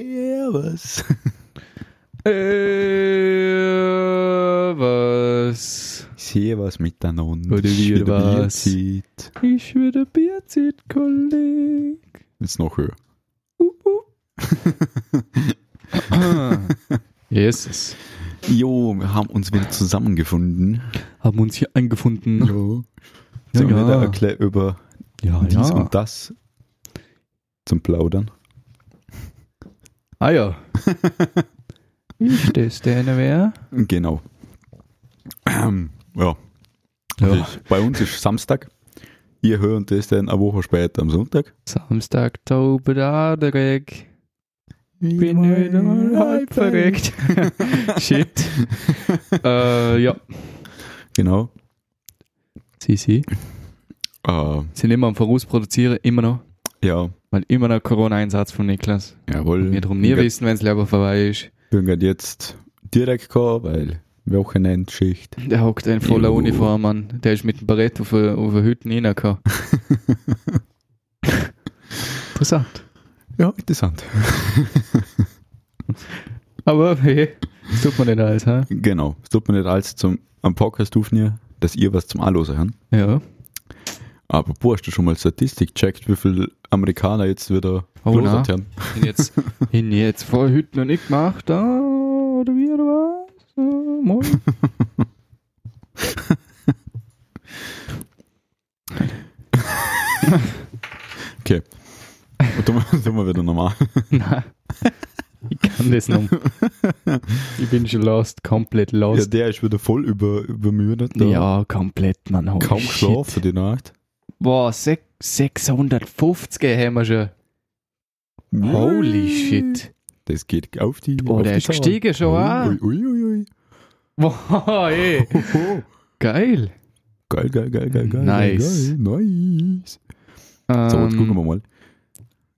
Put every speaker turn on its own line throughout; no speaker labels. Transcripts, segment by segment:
Servus.
Äh, was?
Servus miteinander.
Oder wie
Ist wieder
oder was?
Bierzeit.
Ich würde Bierzeit, Kolleg.
Jetzt noch höher.
Uh, Jesus.
Jo, wir haben uns wieder zusammengefunden.
Haben uns hier eingefunden.
Jo. Sollen
Ja,
wir
ja.
da erklären über
Ja,
dies und das zum Plaudern?
Ah ja. ich das denn wer?
Genau. Ähm, ja.
Ja.
Bei uns ist Samstag. Ihr hört das dann eine Woche später am Sonntag.
Samstag, Taubadadreck. Bin wieder halb verreckt. Shit. äh, ja.
Genau.
Sie, sie.
Äh,
Sind immer am Vorausproduzieren, immer noch.
ja,
Weil immer noch Corona-Einsatz von Niklas.
jawohl.
Wir drum nie wissen, wenn es Leben vorbei ist.
Bin grad jetzt direkt gekommen, weil Wochenendschicht.
Der hockt in voller
Juhu.
Uniform an. Der ist mit dem Barett auf, eine- auf eine Hütte reingekommen. Interessant.
Ja, interessant.
Aber hey, das tut man nicht alles, hä?
Genau. Es tut mir nicht als zum am Podcast aufnehmen, dass ihr was zum Anlosen habt.
Ja.
Aber boah, hast du schon mal Statistik checkt, wie viele Amerikaner jetzt wieder
Oh,
gelosert haben?
Hin jetzt, hin jetzt vor Hütten noch nicht gemacht, ah, oder wie, oder was? Ah, moin.
Okay. Und dann sind wir wieder normal.
Nein. Ich kann das noch. Ich bin schon lost, komplett
Ja,
lost.
der ist wieder voll über, übermüdet.
Ja,
da.
komplett, man. holy
Kaum
shit.
geschlafen die Nacht.
Boah, sech- 650 haben wir schon.
Mm.
Holy shit.
Äh. Das geht auf die.
Oh,
auf
der
die
ist
Zahl.
gestiegen schon, ah.
Ui, ui, ui, ui.
Boah, ey.
Hoho.
Geil.
Geil, geil, geil, geil, geil.
Nice.
Geil, geil. Nice. So, jetzt gucken wir mal.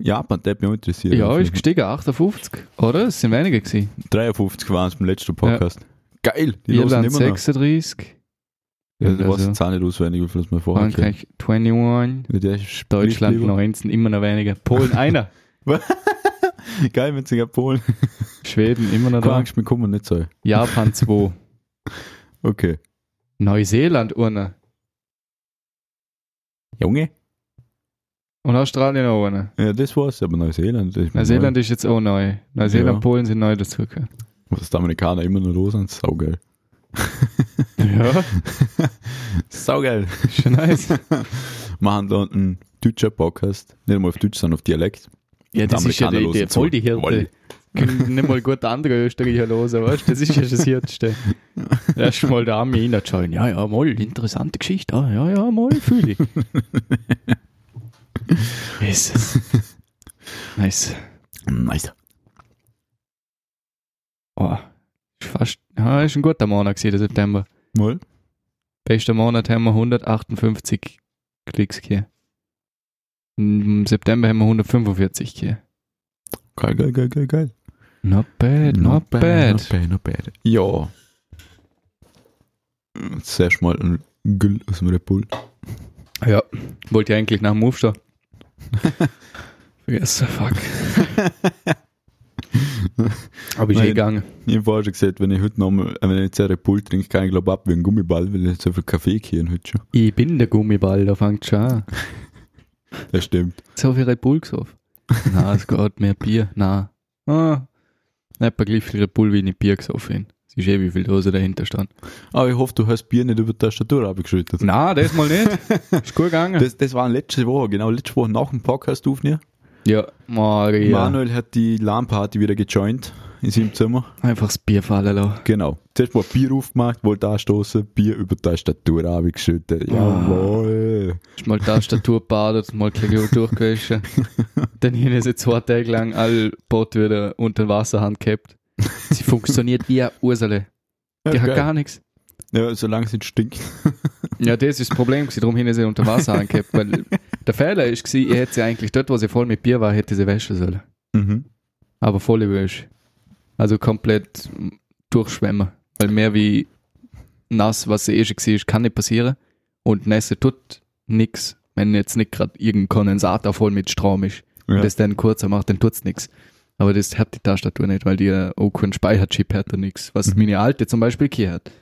Japan, der hat mich interessiert.
Ähm, Ja, ist gestiegen, 58, oder? Es sind weniger gewesen.
53 waren es beim letzten Podcast. Geil, die losen
Irland
immer noch.
36.
Ja, du weißt
Also,
jetzt auch nicht auswendig, wie viel das wir vorher kennen.
Frankreich 21.
Ja, der ist
Deutschland
lieber.
19, immer noch weniger. Polen einer.
Geil, wenn sie Polen.
Schweden immer noch
Keine
da.
Angst, wir kommen nicht so.
Japan 2.
Okay.
Neuseeland einer.
Junge?
Und Australien auch einer.
Ja, das war's, aber Neuseeland. das ist mir
Neuseeland ist jetzt auch neu. Neuseeland,
Ja.
Polen sind neu dazugekommen.
neu. Was die Amerikaner immer noch los sind, saugeil.
Ja,
Saugeil.
schon nice.
Machen da einen deutschen Podcast. Nicht mal auf Deutsch, sondern auf Dialekt.
Ja, das ist ja
Amerikaner
die, die,
losen
voll
zu.
die Hirte.
Voll.
Können nicht mal gut andere Österreicher losen, weißt du? Das ist ja das Hirteste. Erst mal der Arme hineinschauen. Ja, ja, mal, interessante Geschichte. Ah, ja, ja, mal, fühle ich. Jesus. Nice.
Nice.
Oh, ist fast, ja, ist ein guter Monat gewesen, der September.
Mal.
Bester Monat haben wir 158 Klicks hier. Im September haben wir 145 hier.
Geil, geil, geil, geil, geil.
Not bad, not, bad.
Not bad, not bad. Ja. Zuerst mal ein Güll aus dem Red Bull.
Ja, wollte ja eigentlich nach dem Aufstehen. Vergessen, fuck. Aber ich
Nein.
eh gegangen.
Ich habe vorher schon gesagt, wenn ich heute nochmal, äh, wenn ich jetzt einen Red Bull trinke, kann ich glaube ab wie ein Gummiball, weil ich so viel Kaffee gehören heute schon.
Ich bin der Gummiball, da fängt schon an.
Das stimmt.
So viel Red Bull gesoffen. Na, es geht mehr Bier. Na. Ah. Nicht bei gleich viel Red Bull wie ich Bier gesoffen. habe. Siehst eh, wie viel Dose dahinter stand.
Aber ich hoffe, du hast Bier nicht über die Tastatur abgeschüttet.
Na, das mal nicht. Ist gut gegangen.
Das, das war letzte Woche, genau, letzte Woche nach dem Podcast aufnehmen.
ja, Maria.
Manuel hat die LAN-Party wieder gejoint in seinem Zimmer.
Einfach das Bier fallen lassen.
Genau. Zuerst mal Bier aufgemacht, wollte anstoßen, Bier über die Tastatur
Ah.
abgeschüttet. Jawohl.
Ist mal die Tastatur badet, mal gleich durchgewaschen. Dann hier ist jetzt zwei Tage lang all Boot wieder unter den Wasserhand gehabt. Sie funktioniert wie eine Ursele. Die
Ja,
hat
geil.
gar nichts.
ja, solange es nicht stinkt.
Ja, das ist das Problem, gewesen, darum hin ist sie unter den Wasserhand gehabt. Weil der Fehler ist, gewesen, ihr hätte sie eigentlich dort, wo sie voll mit Bier war, hätte sie waschen sollen.
Mhm.
Aber volle Wäsche. Also komplett durchschwemmen. Weil mehr wie nass, was sie eh schon gesehen ist, kann nicht passieren. Und Nässe tut nichts, wenn jetzt nicht gerade irgendein Kondensator voll mit Strom ist.
Ja.
das dann kurzer macht, dann tut's nix Aber das hat die Tastatur nicht, weil die ja auch keinen Speicherchip hat und nichts, was
Mhm.
meine alte zum Beispiel hier hat.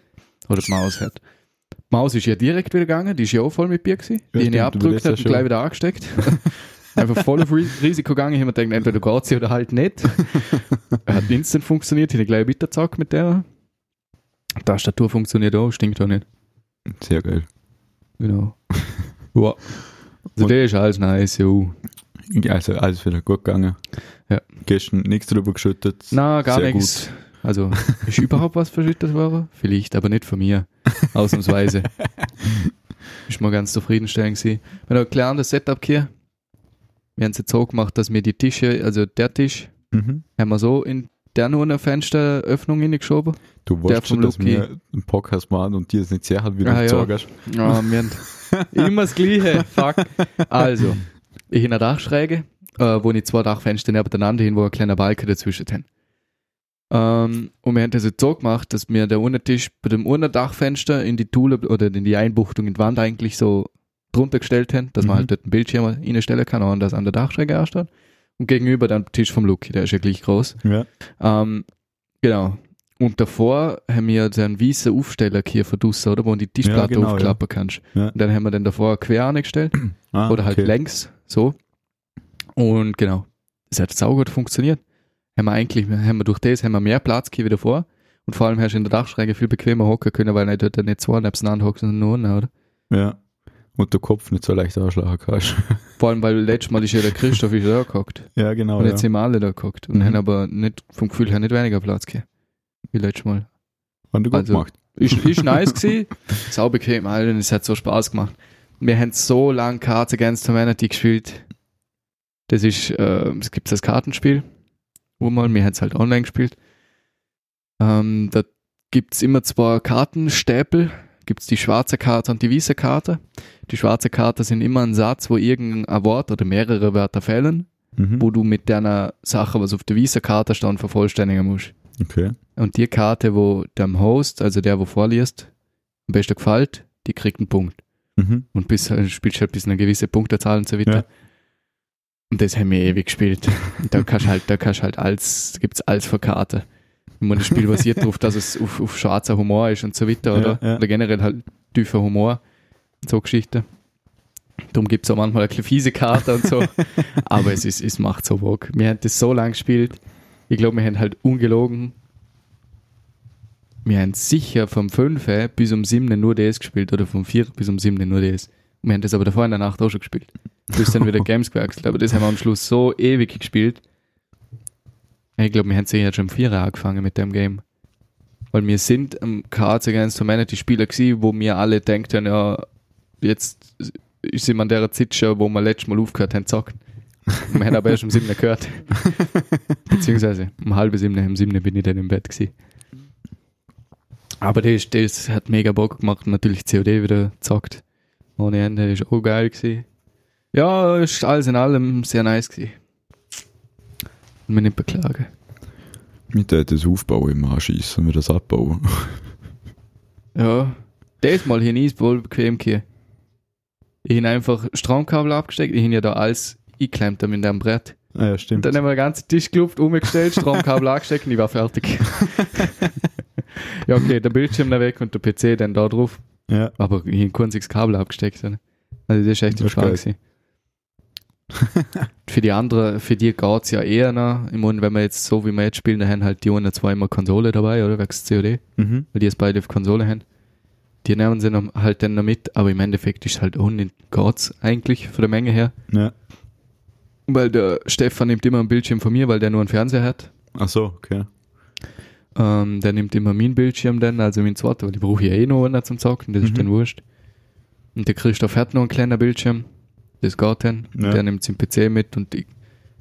Oder die Maus hat. Die Maus ist ja direkt wieder gegangen, die ist ja auch voll mit Bier gewesen.
Ja,
die habe
stimmt,
ich
über das ja
abgedrückt, hat und
schon.
gleich wieder angesteckt. Einfach voll auf Ri- Risiko gegangen, ich habe mir gedacht, entweder geht sie oder halt nicht. Hat instant funktioniert, ich habe gleich weitergezockt mit der. Die Tastatur funktioniert auch, stinkt auch nicht.
Sehr geil.
Genau. ja. Also
Und-
der ist alles nice, jo.
Ja, Also alles wieder gut gegangen.
Ja.
Gestern nichts drüber geschüttet.
Na, gar
Sehr
nichts. Also, ist überhaupt was verschüttet worden? Vielleicht, aber nicht von mir. Ausnahmsweise. ist mal ganz zufriedenstellend gewesen. Wir haben ein kleines anderes Setup hier. Wir haben es jetzt so gemacht, dass wir die Tische, also der Tisch,
Mhm.
haben wir so in der nur eine Fensteröffnung hineingeschoben.
Du
Der
wolltest schon,
vom
dass
Lucky.
wir einen Podcast machen und dir es nicht sehr hat, wie du
Ah,
es
ja.
gesagt hast.
Ah, wir haben immer das Gleiche. Fuck. Also, ich in der Dachschräge, äh, wo ich zwei Dachfenster nebeneinander hin, wo ein kleiner Balken dazwischen sind. Ähm, und wir haben das jetzt so gemacht, dass mir der Untertisch bei dem unteren Dachfenster in die Tule oder in die Einbuchtung in die Wand eigentlich so drunter gestellt haben, dass man
Mhm.
halt dort einen Bildschirm reinstellen kann und das an der Dachschräge erstellt. Und gegenüber dann Tisch vom Lucky, der ist ja gleich groß.
Ja.
Ähm, genau. Und davor haben wir so einen weißen Aufsteller hier von draußen, oder? Wo du die Tischplatte
genau, ja.
aufklappen kannst.
Ja.
Und dann haben wir den davor quer angestellt
Ah,
oder halt
okay.
längs, so. Und genau. Das hat saugut funktioniert. Haben wir eigentlich, haben wir durch das haben wir mehr Platz hier wieder vor. Und vor allem hast du in der Dachschräge viel bequemer hocken können, weil du dort nicht zwei nebeneinander hockst, sondern nur einer, oder?
Ja. Und der Kopf nicht so leicht anschlagen kannst.
Vor allem, weil letztes Mal ist ja der Christoph ist ja da gehockt.
ja, genau.
und
Ja.
jetzt sind wir alle da gehockt. Und
Mhm.
haben aber nicht, vom Gefühl her nicht weniger Platz gehabt. Wie letztes Mal.
Haben du gut
Also-
gemacht.
Ist, ist nice gewesen. Sau bequem, Alter, und es hat so Spaß gemacht. Wir haben so lange Cards Against Humanity gespielt. Das ist, äh, es gibt das Kartenspiel, wo man, wir haben es halt online gespielt. Ähm, da gibt es immer zwei Kartenstäpel. Gibt es die schwarze Karte und die weiße Karte. Die schwarze Karte sind immer ein Satz, wo irgendein Wort oder mehrere Wörter fehlen,
Mhm.
wo du mit deiner Sache, was auf der weißen Karte stand, vervollständigen musst.
Okay.
Und die Karte, wo dem Host, also der, wo vorliest, am besten gefällt, die kriegt einen Punkt.
Mhm.
Und bis, äh, spielst halt bis eine gewisse Punktezahl und so weiter.
Ja.
Und das haben wir ewig gespielt. Und da kannst halt, da kannst halt alles, gibt's alles für Karten. Ich meine, das Spiel basiert darauf, dass es auf, auf schwarzer Humor ist und so weiter,
Ja,
oder?
ja.
Oder generell halt tiefer Humor. So Geschichten. Darum gibt's auch manchmal eine kleine fiese Karte und so. Aber es, ist, es macht so Bock. Wir haben das so lange gespielt. Ich glaube, wir haben halt ungelogen. Wir haben sicher vom 5 bis um 7 nur DS gespielt oder vom 4 bis um 7 nur DS. Wir haben das aber davor in der Nacht auch schon gespielt. Bis dann wieder Games gewechselt. Aber das haben wir am Schluss so ewig gespielt. Ich glaube, wir haben sicher schon um 4 angefangen mit dem Game. Weil wir sind am Cards Against Humanity Spieler gewesen, wo wir alle denkt haben, ja, jetzt sind wir an der Zeit schon, wo wir letztes Mal aufgehört haben zu zocken. Wir haben aber erst um 7 gehört. Beziehungsweise um halb 7, um 7 bin ich dann im Bett gewesen. Aber das, das hat mega Bock gemacht. Natürlich COD wieder gezockt. Ohne Ende, das ist auch geil gewesen. Ja, ist alles in allem sehr nice gewesen. Und mich nicht beklagen.
Mit der das Aufbauen immer anschießen, wir das abbauen.
Ja, das Mal hier nie ist wohl bequem hier. Ich habe einfach Stromkabel abgesteckt, ich habe ja da alles eingeklemmt damit in dem Brett.
ah, ja,
Und
stimmt.
dann haben wir den ganzen Tisch gelupft, umgestellt, Stromkabel angesteckt und ich war fertig. ja, okay, der Bildschirm da weg und der PC dann da drauf.
ja.
Aber ich habe kurz das Kabel abgesteckt. ne? Also das ist echt
Das
im
ist
Schrank
geil.
gewesen. Für die anderen, für die geht es ja eher noch. Ich meine, wenn wir jetzt so wie wir jetzt spielen, dann haben halt die anderen zwei immer Konsole dabei, oder? Wegen COD,
Mhm.
weil die es beide auf Konsole haben. Die nehmen sie noch, halt dann noch mit, aber im Endeffekt ist halt ohne geht's eigentlich von der Menge her.
Ja.
Weil der Stefan nimmt immer ein Bildschirm von mir, weil der nur einen Fernseher hat.
Ach so, okay.
Ähm, der nimmt immer meinen Bildschirm dann, also meinen zweiten, weil ich brauche ja eh noch einen zum Zocken, das
Mhm.
ist dann wurscht. Und der Christoph hat noch einen kleinen Bildschirm, das geht dann.
Ja.
Der nimmt seinen PC mit und die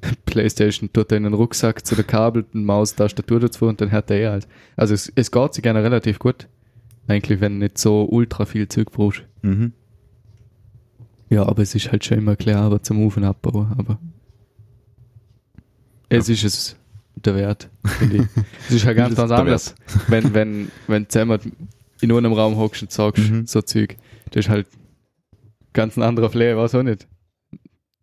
Playstation tut er in den Rucksack zu der Kabel, den Maus, Tastatur dazu und dann hat er eh alles. Also es, es geht sich gerne relativ gut. Eigentlich, wenn du nicht so ultra viel Zeug brauchst.
Mhm.
Ja, aber es ist halt schon immer klar, aber zum Auf- und Abbauen, aber es ist es der Wert, finde ich. es ist halt ganz
Das ist
was
der
anderes, wenn, wenn, wenn du zusammen in einem Raum hockst und sagst,
Mhm.
so Zeug, das ist halt ganz ein anderer Flair, weiß auch nicht.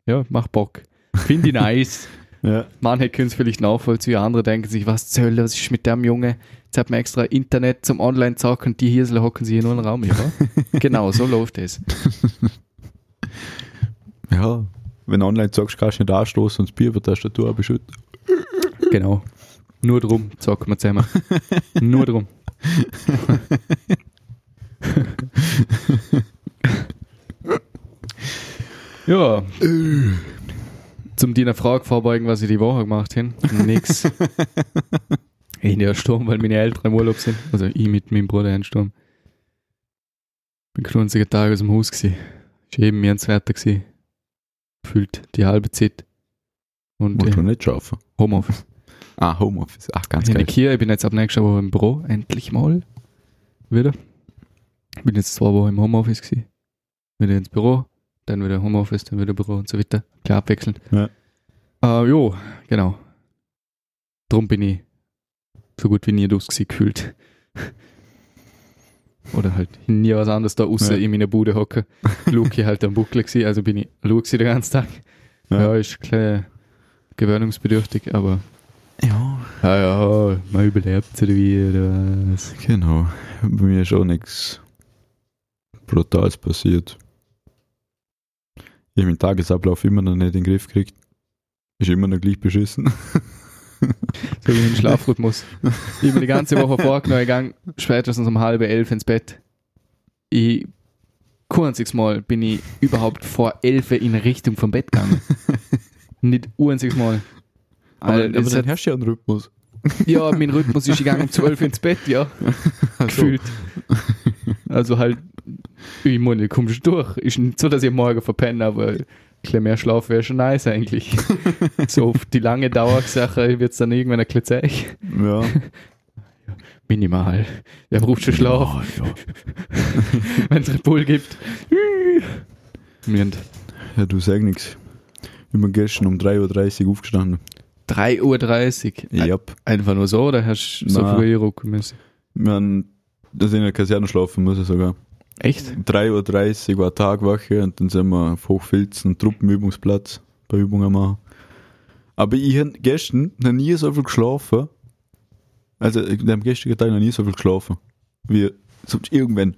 Ja, macht Bock. Finde ich nice.
Ja.
Manche können es vielleicht nachvollziehen, andere denken sich, was zur Hölle, was ist mit dem Junge? Jetzt hat man extra Internet zum online zocken und die Hirsel hocken sich in einen Raum. Ja? genau, so läuft es.
ja. Wenn du online zockst, kannst du nicht anstoßen und das Bier über die Tastatur beschütten.
Genau. Nur drum zocken wir zusammen. Nur drum. ja. Zum deiner Frage vorbeugen, was ich die Woche gemacht habe. Nix. In der Sturm, weil meine Eltern im Urlaub sind. Also ich mit meinem Bruder in Sturm. Bin klunziger Tag aus dem Haus gsi. Ist eben mir ins Wetter gsi. Fühlt die halbe Zeit. Und
Muss
äh,
man nicht schaffen.
Homeoffice.
Ah, Homeoffice. Ach, ganz
Ich bin
geil.
hier, ich bin jetzt ab nächster Woche im Büro, endlich mal. Wieder. Ich bin jetzt zwei Wochen im Homeoffice gewesen. Wieder ins Büro, dann wieder Homeoffice, dann wieder Büro und so weiter. Klar abwechselnd.
Ja.
Äh, jo, genau. Drum bin ich so gut wie nie dus gewesen, gefühlt. Oder halt nie was anderes da, außer
Ja.
in meiner Bude hocken. Luki halt am Buckel gewesen, also bin ich Luki den ganzen Tag.
Ja.
Ja, ja ist klar gewöhnungsbedürftig, aber
Ja,
ja, ja, man überlebt oder wie, oder was.
genau. Bei mir ist auch nichts Brutales passiert. Ich habe meinen Tagesablauf immer noch nicht in den Griff gekriegt. Ist immer noch gleich beschissen.
So wie ein Schlafrhythmus. Ich bin die ganze Woche vorgenommen, gegangen, spätestens um halb elf ins Bett. Ich, einziges Mal bin ich überhaupt vor elf in Richtung vom Bett gegangen. Nicht einziges Mal.
Aber,
Weil
aber
es
dann
hat-
hast du ja einen Rhythmus.
ja, mein Rhythmus ist gegangen um zwölf ins Bett, ja. gefühlt. Also halt, ich meine, kommst du durch. Ist nicht so, dass ich morgen verpenne, aber ein bisschen mehr Schlaf wäre schon nice eigentlich. so auf die lange Dauersache wird es dann irgendwann ein bisschen zäh.
Ja.
Minimal. Wer braucht schon Schlaf,
Ja,
wenn es Red Bull gibt? Wir sind
ja. ja, du sag nichts. Ich bin gestern um 3.30 Uhr aufgestanden.
3.30 Uhr. Äh,
Ja. Yep.
Einfach nur so, oder hast du so
Nein.
früh rucken müssen?
Wir haben das in der Kaserne schlafen müssen sogar.
Echt?
3.30 Uhr war Tagwache und dann sind wir auf Hochfilzen, Truppenübungsplatz, ein paar Übungen machen. Aber ich habe gestern noch nie so viel geschlafen. Also, ich habe am gestrigen Tag noch nie so viel geschlafen. Wie sonst irgendwann.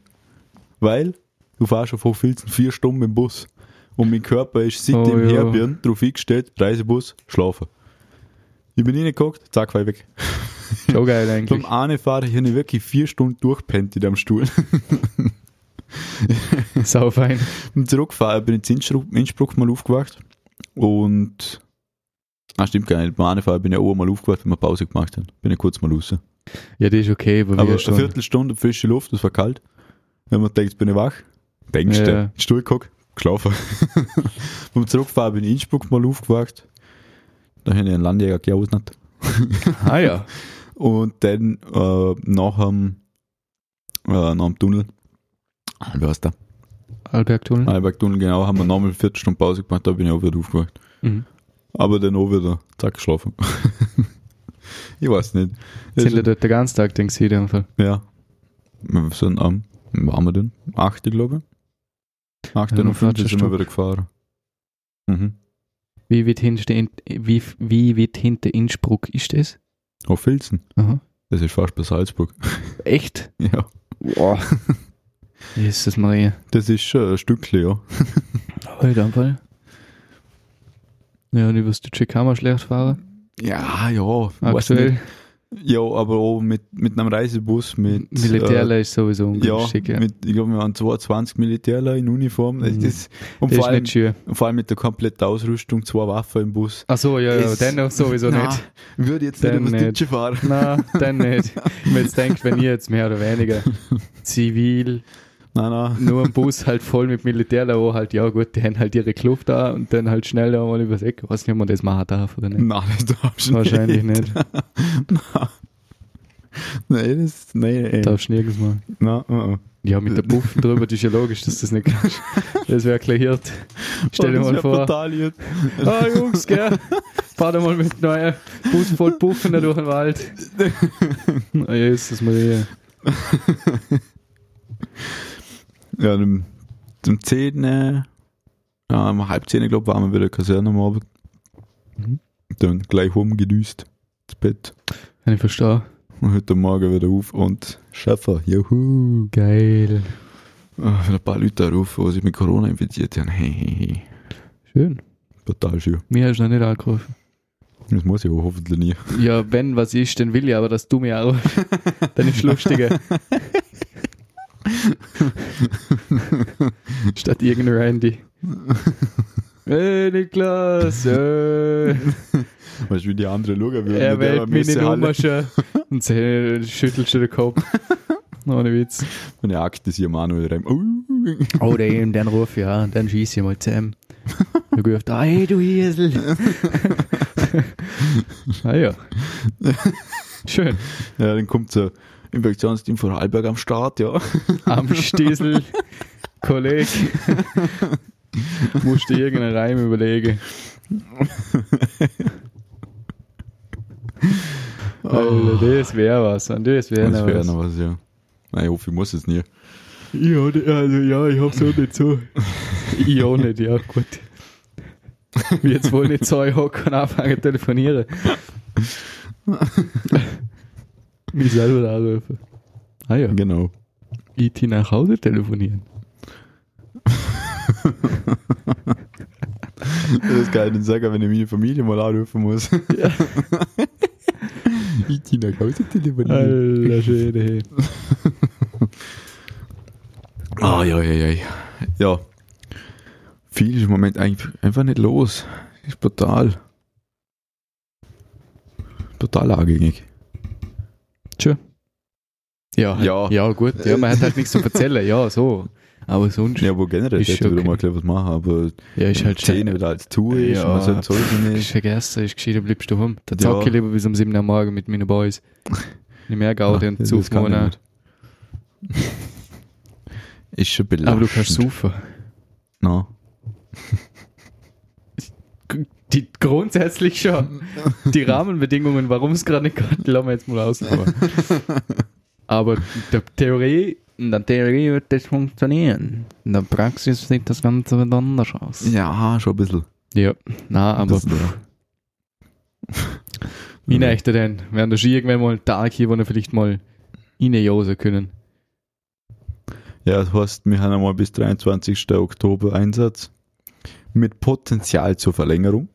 Weil du fährst auf Hochfilzen vier Stunden im Bus. Und mein Körper ist seit
Oh,
dem
ja.
Herbirn drauf eingestellt: Reisebus, schlafen. Ich bin reingeguckt, zack, war ich weg.
So geil eigentlich.
Beim Ahnefahren habe ich wirklich vier Stunden durchpennt in dem Stuhl.
Sau fein.
Beim Zurückfahren bin ich in Innsbruck, Innsbruck mal aufgewacht und. Ah, stimmt gar nicht. Beim Anfahren bin ich auch mal aufgewacht, wenn wir Pause gemacht haben. Bin ich kurz mal raus.
Ja, das ist okay, aber,
Aber
wir
eine
schon.
Viertelstunde frische Luft, das war kalt. Wenn man denkt, bin ich wach, denkst du,
Ja.
in den Stuhl guck, geschlafen. beim Zurückfahren bin ich in Innsbruck mal aufgewacht. Da habe ich einen Landjäger gejausnet.
Ah ja.
Und dann äh, nach, dem, äh, nach dem Tunnel, Ah, wie heißt der?
Albergtunnel.
Albergtunnel, genau, haben wir nochmal eine Viertelstunde Pause gemacht, da bin ich auch wieder aufgewacht.
Mhm.
Aber dann auch wieder, zack, geschlafen. ich weiß nicht.
Sind
Also
ja dort den ganzen Tag, denkst du, in dem Fall.
ja. Wir sind am, wann ähm, waren wir denn? 8, glaube ich. 8
Ja,
und
noch
5
vierzehn
sind wir
Stück.
wieder gefahren. Mhm.
Wie weit, hinten, wie, wie weit hinter Innsbruck ist das?
Auf Filzen. Das ist fast bei Salzburg.
Echt?
ja.
Boah. Jesus Maria.
Das ist schon ein Stückchen, ja.
Heute am Fall. Ja, und über das deutsche Kammer schlecht fahren.
Ja, ja. weiß
Aktuell.
nicht. Ja, aber auch mit, mit einem Reisebus, mit.
Militärler ist sowieso
Äh, ja,
ungünstig. Ja,
mit, ich glaube, wir waren 22 Militärler in Uniform. Das
Mhm.
ist, und
das
vor
ist
allem,
nicht schön.
und vor allem mit der kompletten Ausrüstung, zwei Waffen im Bus.
Achso, ja, ja,
Ist-
Äh, dann noch sowieso
Na,
nicht.
Würde jetzt
Dann
nicht über
nicht.
Deutsche fahren.
Na, dann nicht. Wenn man jetzt denkt, wenn ihr jetzt mehr oder weniger zivil
Nein, nein.
nur ein Bus halt voll mit Militärler, wo halt, ja gut, die haben halt ihre Kluft da und dann halt schnell da mal übers Eck. Ich weiß nicht, ob man das machen darf oder nicht.
Nein, das darfst du
Wahrscheinlich
nicht.
nicht.
Nein, das, nein, ey.
Darfst nirgends mal.
nein, uh -uh.
Ja, mit der Puffen drüber, das ist ja logisch, dass du das nicht kannst. Das wäre klariert. Stell dir
Oh, das
mal
wär
vor.
Brutal, jetzt.
Ah, Jungs, gell? Fahr da mal mit neuer Bus voll Puffen da durch den Wald. Oh, Jesus Maria.
ja, um, um 10, äh, ja, um halb 10, glaube ich, waren wir wieder in der Kaserne am Abend.
Mhm.
Dann gleich rumgedüst ins Bett.
Kann ich verstehe.
Und heute Morgen wieder auf und Schaffer, juhu.
Geil.
Ah, Wieder ein paar Leute anrufen, die sich mit Corona infiziert haben. Hey, hey, hey.
Schön.
Total schön.
Mir hast du noch nicht angerufen.
Das muss ich auch hoffentlich nie.
Ja, wenn was ist, dann will ich aber, dass du mich anrufst. dann ist es lustiger. Statt irgendein Randy. Hey Niklas, äh,
Weißt du, wie die anderen schauen würden?
er
Der war
wählt mich nicht
Messe
um
Halle.
schon. Und sie schüttelt schon den Kopf. Ohne Witz.
Meine Akte ist hier Manuel Reim. Uh.
Oh, den, den ruf ich an, dann schieße ich mal zusammen. Dann ruft er, hey du Hiesel. ah ja. Schön.
Ja, dann kommt so Infektionsteam von Halberg am Start, ja.
Am Stiesel, Kollege. Musst dir irgendeinen Reim überlegen. Alter, das wäre was, Mann. Oh. das wäre
das
noch
wäre
was.
noch was, ja. Nein, ich hoffe, ich muss es nie.
Ja, also ja, ich hab's auch nicht so. ich auch nicht, ja, gut. Wir jetzt wohl nicht so hocken und anfangen zu telefonieren. Mich selber anrufen. Ah ja,
Genau.
IT nach Hause telefonieren.
Das kann ich nicht sagen, wenn ich meine Familie mal anrufen muss.
Ja.
ich die nach Hause telefonieren.
Alter Schwede. hey.
Ah, ja, ja, ja. Ja. Viel ist im Moment eigentlich einfach nicht los. Ist brutal. Total angängig.
Ja,
Ja.
ja. ja, gut. Ja, man hat halt nichts zu erzählen, ja, so. Aber sonst,
Ja, aber generell
Ist
hätte ich
schon
wieder
okay.
mal gleich was machen, aber
ja, ist halt
Szene wieder als Tour ist,
Ja.
man sollte Zeug
Ist
nicht.
vergessen, ist gescheiter, bleibst du daheim. Dann
Ja.
zocke ich lieber bis um 7 Uhr am Morgen mit meinen Boys. Nicht mehr Gaudi und
das
zu
kann ich
Monat.
nicht. Ist schon belastend.
Aber du kannst saufen.
Na.
G- Die, grundsätzlich schon. Die Rahmenbedingungen, warum es gerade nicht geht, lassen wir jetzt mal aus. Aber der Theorie, in der Theorie wird das funktionieren. In der Praxis sieht das Ganze wieder anders aus.
Ja, schon ein bisschen.
Ja, na, aber
Das- ja.
wie nächte denn? Während der Ski irgendwann mal einen Tag hier, wo wir vielleicht mal reinjosen können.
Ja, das heißt, wir haben einmal bis 23. Oktober Einsatz. Mit Potenzial zur Verlängerung.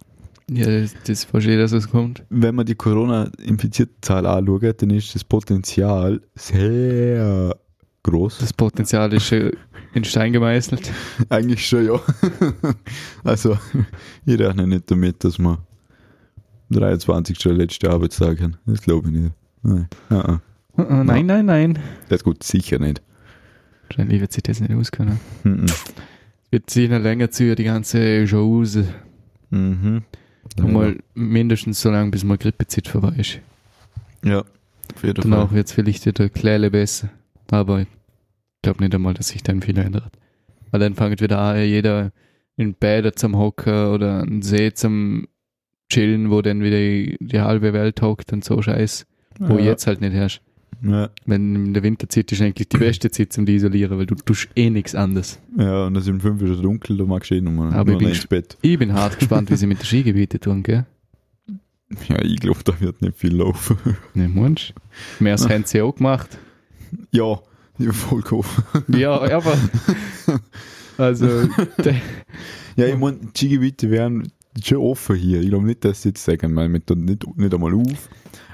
Ja, das, das verstehe ich, dass es kommt.
Wenn man die Corona-Infiziertenzahl anschaut, dann ist das Potenzial sehr groß.
Das Potenzial ist schon in Stein gemeißelt.
Eigentlich schon, ja. Also, ich rechne nicht damit, dass wir 23. schon letzte Arbeitstag haben. Das glaube ich nicht. Nein. Ah, ah.
Äh, äh, Nein, nein, nein.
Das gut, sicher nicht.
Wahrscheinlich wird sich das nicht auskennen.
Mhm.
hm. Wir ziehen eine länger zu, die ganze Chose.
Mhm.
Mal mindestens so lange, bis mal Grippezeit vorbei ist.
Ja, auf jeden
Danach
Fall.
wird es vielleicht wieder kleine besser. Aber ich glaube nicht einmal, dass sich dann viel ändert. Weil dann fängt wieder an, jeder in Bäder zum Hocken oder an den See zum Chillen, wo dann wieder die halbe Welt hockt und so Scheiß, wo
ja.
jetzt halt nicht herrscht.
Ja,
Wenn in der Winterzeit ist eigentlich die beste Zeit zum die isolieren, weil du tust eh nichts anderes.
ja, und dann sind fünf schon dunkel, da magst du eh nochmal
Aber ich bin
ins Bett.
Ich bin hart gespannt, wie sie mit den Skigebieten tun, gell?
Ja, ich glaube, da wird nicht viel laufen.
Ne, Mensch. Mehr als haben sie auch gemacht.
ja, ja, voll cool.
Ja, aber. Also, de,
Ja, ich meine, die Skigebiete wären schon offen hier. Ich glaube nicht, dass sie jetzt sagen, weil wir tun nicht, nicht einmal auf.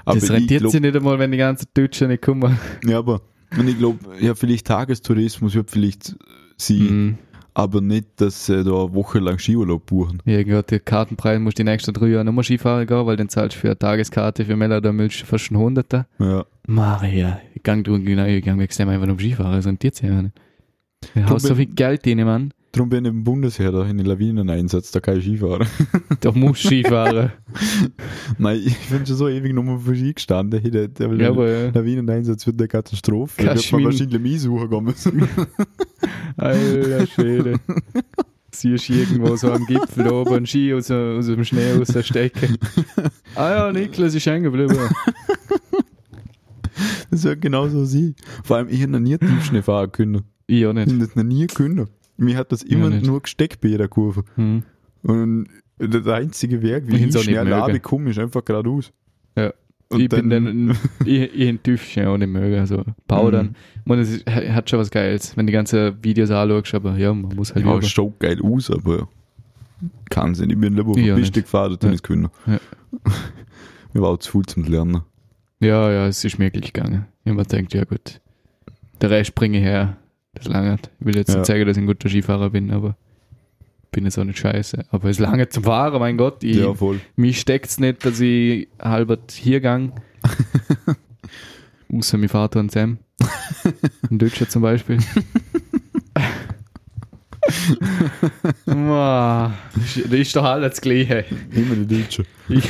Aber
das
ich
rentiert
glaub,
sich nicht einmal, wenn die ganzen Deutschen nicht kommen.
Ja, aber und ich glaube, ja, vielleicht Tagestourismus wird vielleicht sein,
Mhm.
aber nicht, dass sie da eine Woche lang Skiurlaub buchen.
Ja, gerade die Kartenpreise musst du die nächsten drei Jahre nochmal Skifahren gehen, weil dann zahlst du für eine Tageskarte für Mella da Milch fast einen Hunderter.
Ja.
Maria, ich gang drüber, genau, ich gang wechseln einfach nur Skifahren, das rentiert sich einfach nicht. Du hast so viel Geld drin, Mann.
Darum bin ich im Bundesheer da in den Lawineneinsatz, da kann ich Skifahren.
Da musst du Skifahren.
Nein, ich bin schon so ewig nochmal für Ski gestanden. Hey, der, der
ja, aber. äh,
Lawineneinsatz wird eine Katastrophe. Da wird
Kannst
man
du
wahrscheinlich mich suchen gehen müssen.
Alter Schwede. Siehst du irgendwo so am Gipfel oben einen Ski aus, aus dem Schnee rausstecken. Ah ja, Niklas ist hängen geblieben.
Das wird genauso sein. Vor allem, ich hätte noch nie Tiefschnee fahren können.
Ich auch
Ich
nicht.
hätte das noch nie können. Mir hat das immer
nicht.
nur gesteckt bei jeder Kurve.
Hm.
Und Der einzige Weg, wie
Wohin's
ich
auch nicht
schnell
mögen.
abkomme, ist einfach geradeaus.
Ja.
Und
ich bin dann, ich, ich ein Tüftchen auch nicht mögen, also powdern.
Mhm.
Man, es ist- hat schon was Geiles, wenn die ganzen Videos anschaust, aber ja, man muss halt
ja,
üben.
es schaut geil aus, aber kann sein. Ich bin lieber auf
Ich
der
auch
Piste gefahren, als
Ja.
ja. ich können.
Ja.
Mir war auch zu viel zum Lernen.
Ja, ja, es ist mir gleich gegangen. Jemand denkt, ja gut, der Rest bringe ich her, das langert. Ich will jetzt
Ja.
nicht zeigen, dass ich ein guter Skifahrer bin, aber bin jetzt auch nicht scheiße. Aber es lange zum Fahren, mein Gott. Ich,
Ja, voll.
Mich steckt's nicht, dass ich halbert hier gang. Außer mein Vater und Sam. Ein Deutscher zum Beispiel. Ma, das ist doch alles das Gleiche.
Immer die Deutsche.
Ich,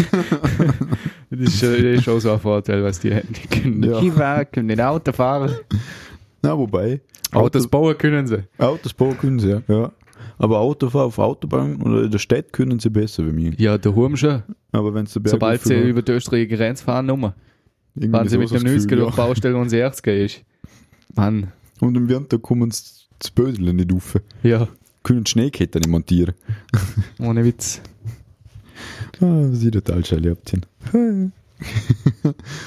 das, ist, schon- das ist auch so ein Vorteil, was die hätten. Die können nicht
Ja.
Skifahren, können nicht Auto fahren.
Na, wobei.
Autos bauen können sie.
Autos bauen können sie, ja. ja. Aber Autofahren auf Autobahn oder in der Stadt können sie besser wie mir.
Ja, der Hurm schon.
Aber wenn es der Berg
Sobald sie
hochfährt,
über die österreichische Grenze fahren, Nummer.
irgendwie
Fahren sie
so
mit
so das
dem 90er
Gefühl,
durch
ja.
Baustelle, wenn sie 80er ist. Mann,
Und im Winter kommen sie zu Bödeln nicht rauf.
ja.
Können die Schneeketten nicht montieren.
Ohne Witz.
Ah, sie total scheiße abziehen.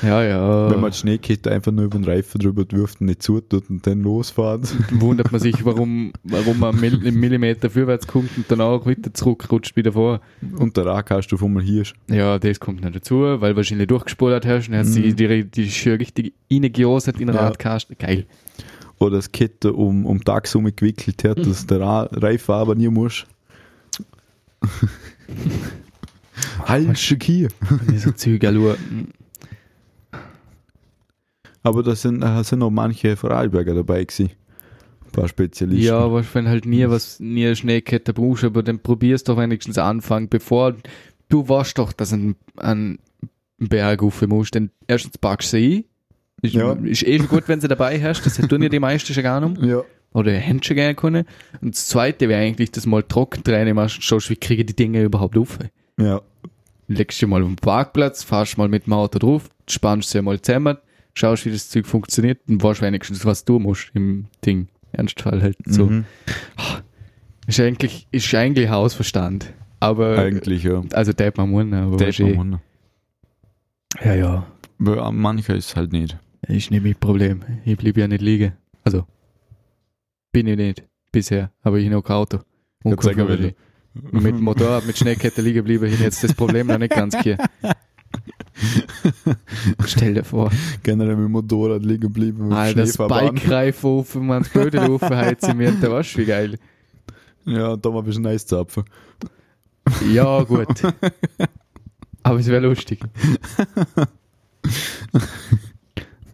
Ja, ja.
Wenn man die Schneekette einfach nur über den Reifen drüber wirft und nicht zutut und dann losfahren.
wundert man sich, warum, warum man mil- im Millimeter vorwärts kommt und dann auch wieder zurückrutscht wieder vor.
Und der Radkasten auf einmal hier ist.
Ja, das kommt noch dazu, weil wahrscheinlich durchgespult hast und hast
Mhm.
die, die, die schön richtig reingejoset in den
Ja.
Radkasten. Geil.
Oder das Kette um, um den Achse umgewickelt hat,
Mhm.
dass der Ra Reifen aber nie muss. Halsche Kier.
Wenn ich so Züge schaue. hm,
Aber da sind, da sind auch manche Vorarlberger dabei gewesen. Ein paar Spezialisten.
Ja, aber wenn halt nie was, nie eine Schneekette brauchst, aber dann probierst doch wenigstens anfangen, bevor du weißt doch, dass ein, ein Berg rauf musst, denn erstens packst du sie ein. Ist,
Ja.
ist eh schon gut, wenn sie dabei hast, das tun ja die meisten schon gar nicht.
ja.
oder Händchen gehen können. Und das zweite wäre eigentlich, dass du mal trocken rein machst und schaust, wie kriege ich die Dinge überhaupt auf.
Ja.
Legst du mal auf den Parkplatz, fahrst mal mit dem Auto drauf, spannst sie mal zusammen, schaust, wie das Zeug funktioniert und weißt wenigstens, was du musst im Ding. Ernstfall halt so.
Mhm.
Ist eigentlich, ist eigentlich Hausverstand. Aber,
Eigentlich, ja.
also, Äh, der man muss, aber
Der
weißt
ist
eh.
noch
Ja, ja.
wunder. Mancher ist halt nicht.
Ist nicht mein Problem. Ich bleib ja nicht liegen. Also, bin ich nicht. Bisher. Aber ich noch kein Auto.
Ja, zeig mal wieder.
mit dem Motorrad, mit Schneekette liegen bleibe ich jetzt das Problem noch nicht ganz hier. Stell dir vor,
Generell mit dem Motorrad liegen geblieben. mit
Alter, das
Schneefahrbahn.
Bike-Reifen offen, man das Bödel offen, heizen wir und da warst wie geil.
Ja, da mal ein bisschen Eis zapfen.
Ja, gut. Aber es wäre lustig.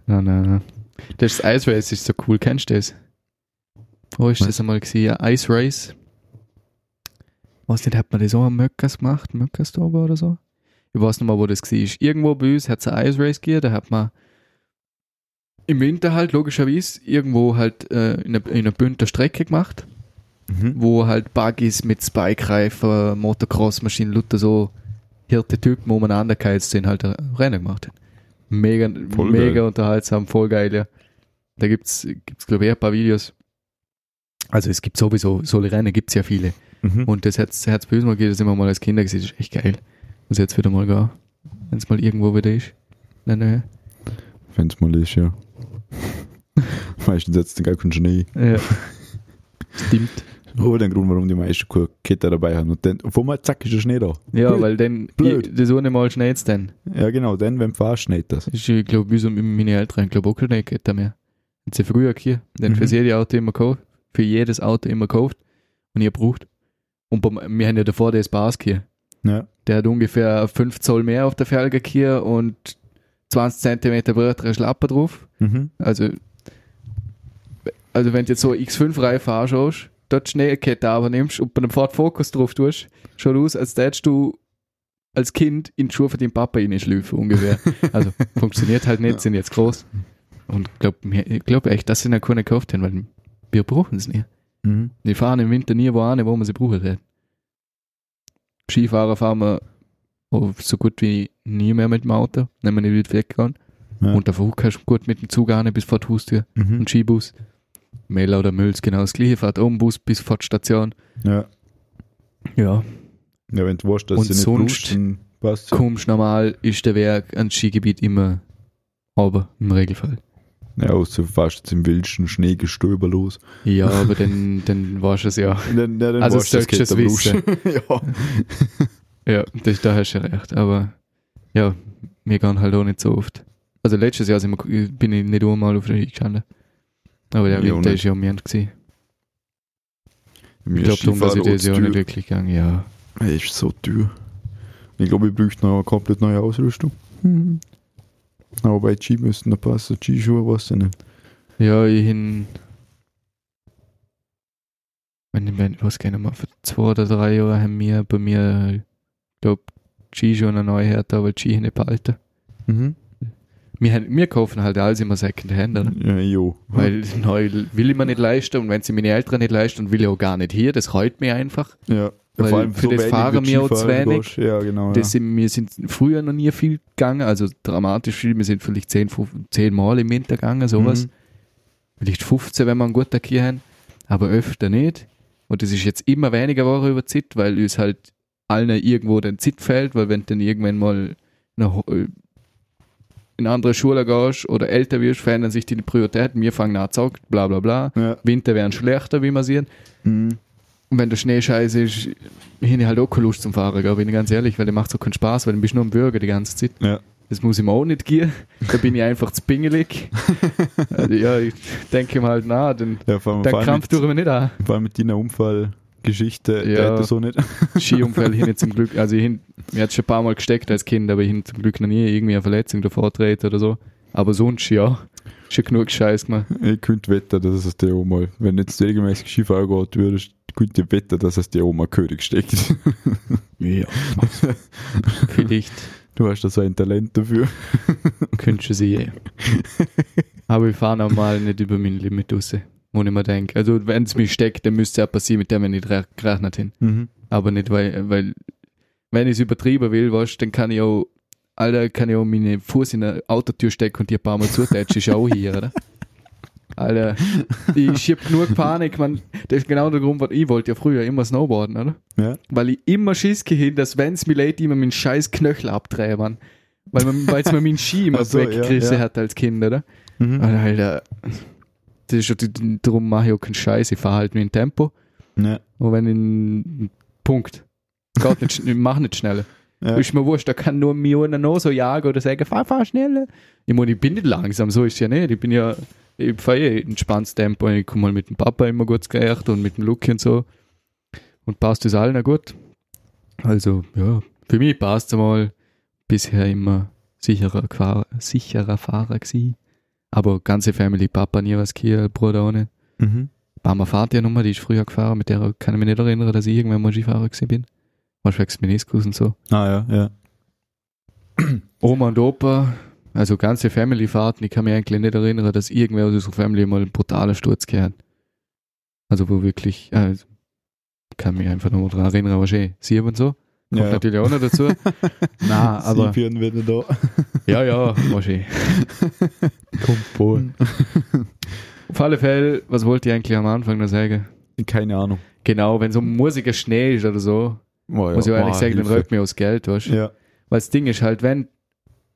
Nein, nein, nein. Das Ice Race ist so cool, kennst du das? Wo ist das einmal gewesen? Ein Ice Race? Weiß nicht, hat man das auch am Möckers gemacht? Möckers da oben oder so? Ich weiß nicht mal, wo das war. Irgendwo bei uns hat es ein Ice Race gegeben, da hat man im Winter halt logischerweise irgendwo halt äh, in einer, in einer bunten Strecke gemacht
Mhm.
wo halt Buggies mit Spike-Reifen, Motocross-Maschinen, Luther so Hirte-Typen umeinander geheizt sind, halt ein Rennen gemacht haben. Mega,
Voll
mega
geil.
unterhaltsam, voll geil, ja. Da gibt's, gibt's glaube ich, ein paar Videos. Also es gibt sowieso, so Rennen gibt's ja viele.
Mhm.
Und das Herz, Herz mal geht, das immer mal als Kinder gesehen, das ist echt geil. Muss jetzt wieder mal gehen, wenn's mal irgendwo wieder ist. Nein, nein.
Wenn es mal ist, ja. Meistens setzt gar keinen Schnee.
Ja. Stimmt.
Aber der Grund, warum die meisten keine Kette dabei haben. Und dann, auf einmal, zack, ist der Schnee da.
Ja,
Blöd.
weil dann,
Blöd.
ich- das ohne mal schneit's dann.
Ja, genau, dann, wenn du fährst, schneit das.
Das ist, ich glaube, wie so mit meine Eltern, ich glaube, auch keine Kette mehr. Haben sie früher hier, denn
Mhm.
für jedes Auto immer gekauft, für jedes Auto immer gekauft und ihr braucht. Und beim, wir haben ja davor den Spaß hier.
Ja.
Der hat ungefähr 5 Zoll mehr auf der Felge hier und 20 Zentimeter breitere Schlapper drauf.
Mhm.
Also, also wenn du jetzt so X5-Reifen anschaust, dort Schneekette aber nimmst und bei einem Ford Focus drauf tust, schaut aus, als hättest du als Kind in die Schuhe von deinem Papa reinschlüpfen, ungefähr. Also funktioniert halt nicht, sind jetzt groß. Und glaub, mir- ich glaube echt, dass sie noch keine gekauft haben, weil wir brauchen es nicht.
Mhm.
Wir fahren im Winter nie wo an, wo wir sie brauchen werden. Skifahrer fahren wir oh, so gut wie nie mehr mit dem Auto, wenn wir nicht weit weggehen.
Ja.
Und davor kannst du gut mit dem Zug an bis vor die Haustür
Mhm.
ein Skibus. Mela oder Mülls, genau das gleiche. Fahrt um Bus bis vor die Station.
Ja.
Ja.
Ja, wenn du weißt, dass
Und
sie nicht
sonst-
brauchst, dann passt ja.
Kommst normal, ist der Weg ans Skigebiet immer aber im Regelfall.
Ja, außer du fährst jetzt im wilden Schneegestöber los.
Ja, aber dann, dann warst du es ja.
Dann, ja, dann
Also
weißt du, dass
sollst du
du
es
keinen brauchst. ja.
Ja, das, da hast du recht. Aber ja, wir gehen halt auch nicht so oft. Also letztes Jahr sind wir, bin ich nicht einmal auf der Ski gestanden. Aber der
Ich auch
Winter
nicht.
ist ja am Ernst gewesen.
Mir
Ich glaube darum, dass ich das Jahr
Skifahren
nicht wirklich gegangen Ja,
Ey, ist so teuer. Ich glaube, ich bräuchte noch eine komplett neue Ausrüstung. Aber bei Ski müssten da passen. Skischuhe, was denn nicht.
ja ich hin. Wenn, wenn, was kann ich mal, vor zwei oder drei Jahren haben wir bei mir, glaube Ski schon eine neue Härte, aber die Ski haben nicht behalten. Mhm. Wir, haben- wir kaufen halt alles immer Secondhand, oder?
Ja, jo.
Weil neu will ich mir nicht leisten und wenn sie meine Eltern nicht leisten und will ich auch gar nicht hier, das heult mir einfach.
ja.
weil für das
wenig
fahren
wie
wir auch zu
Skifahren
wenig.
gehst. Ja, genau.
Das sind, wir sind früher noch nie viel gegangen, also dramatisch viel. Wir sind vielleicht 10, 15, 10 Mal im Winter gegangen,
ja.
sowas.
Mhm.
Vielleicht 15, wenn wir einen guten Tag hier haben, aber öfter nicht. Und das ist jetzt immer weniger geworden über die Zeit, weil uns halt allen irgendwo den Zeit fällt, weil wenn du dann irgendwann mal nach, in äh, eine andere Schule gehst oder älter wirst, verändern sich die Prioritäten. Wir fangen an zu zocken, bla bla bla.
Ja.
Winter werden schlechter, wie man sieht.
Mhm.
Und wenn der Schnee scheiße ist, habe ich halt auch keine Lust zum Fahren, gell, bin ich ganz ehrlich, weil der macht so keinen Spaß, weil du bist nur am Bürger die ganze Zeit.
Ja.
Das muss ich mir auch nicht gehen. Da bin ich einfach zu pingelig. also, ja, ich denke mir halt, na, dann,
ja, vor allem, vor
dann
allem
krampft
mit,
durch mir nicht an.
vor allem mit deiner Unfallgeschichte,
Ja.
der hätte so nicht.
Skiunfall hin zum Glück, also hin, mir hat schon ein paar Mal gesteckt als Kind, aber hin zum Glück noch nie irgendwie eine Verletzung davor treten oder so. Aber sonst, ja, schon genug Scheiß gemacht.
Ich könnte wetten, dass es dir auch mal, wenn du jetzt regelmäßig Skifahren geht würdest, könnte ich wetten, dass es dir auch mal König steckt.
Ja. Vielleicht
Du hast da so ein Talent dafür.
könntest du sie eh. Aber ich fahre normal nicht über mein Limit raus, wo ich mir denke. Also, wenn es mich steckt, dann müsste es auch passieren, mit dem ich nicht rech- gerechnet habe.
Mhm.
Aber nicht, weil, weil wenn ich es übertrieben will, weißt, du, dann kann ich auch, Alter, kann ich auch meinen Fuß in eine Autotür stecken und die ein paar Mal zutätschen, ist ja auch hier, oder? Alter, ich schieb genug Panik, man. Das ist genau der Grund, was ich wollte ja früher immer snowboarden, oder?
Ja.
Weil ich immer Schiss hin, dass wenn's mir leid, immer meinen scheiß Knöchel abdrehen, Mann. Weil man, weil's mir meinen Ski immer
Ach so,
so,
ja,
weggerissen
ja.
hat als Kind, oder?
Mhm.
Alter, Alter. Das ist, ja- darum mache ich auch keinen Scheiß, ich fahre halt mit dem Tempo.
Ja.
Und wenn in Punkt. Geht nicht, schn- ich mach nicht schneller.
Ja.
Ist mir wurscht, da kann nur mir einer noch so jagen oder sagen, fahr, fahr schneller. Ich meine, ich bin nicht langsam, so ist es ja nicht. Ich bin ja, ich fahre eh entspanntes Tempo. Ich komme mal mit dem Papa immer gut zurecht und mit dem Lucky und so. Und passt das allen auch gut. Also, ja, für mich passt es mal. Bisher immer sicherer, Gefahr- sicherer Fahrer gewesen. Aber ganze Family, Papa nie was hier, Bruder auch nicht.
Mhm.
Barmer Fahrt ja nochmal, die ich früher gefahren, mit der kann ich mich nicht erinnern, dass ich irgendwann mal Skifahrer gewesen bin. Warst wegen des Meniskus und so.
Ah ja, ja.
Oma und Opa, also ganze Family-Fahrten, ich kann mich eigentlich nicht erinnern, dass irgendwer aus unserer Family mal einen brutalen Sturz gehabt hat. Also wo wirklich, also, kann mich einfach nochmal dran erinnern, war schön. Sie und so, kommt
ja.
natürlich auch noch dazu. Na, aber,
Siebjährigen werden da.
ja, ja, war schön.
Kumpel.
Auf alle Fälle, was wollte ich eigentlich am Anfang noch sagen?
Keine Ahnung.
Genau, wenn so ein musiker Schnee ist oder so,
Oh, ja.
muss ich auch ehrlich
Boah,
sagen, dann
Hilfe.
räumt mir aus Geld, weißt du?
Ja.
Weil das Ding ist halt, wenn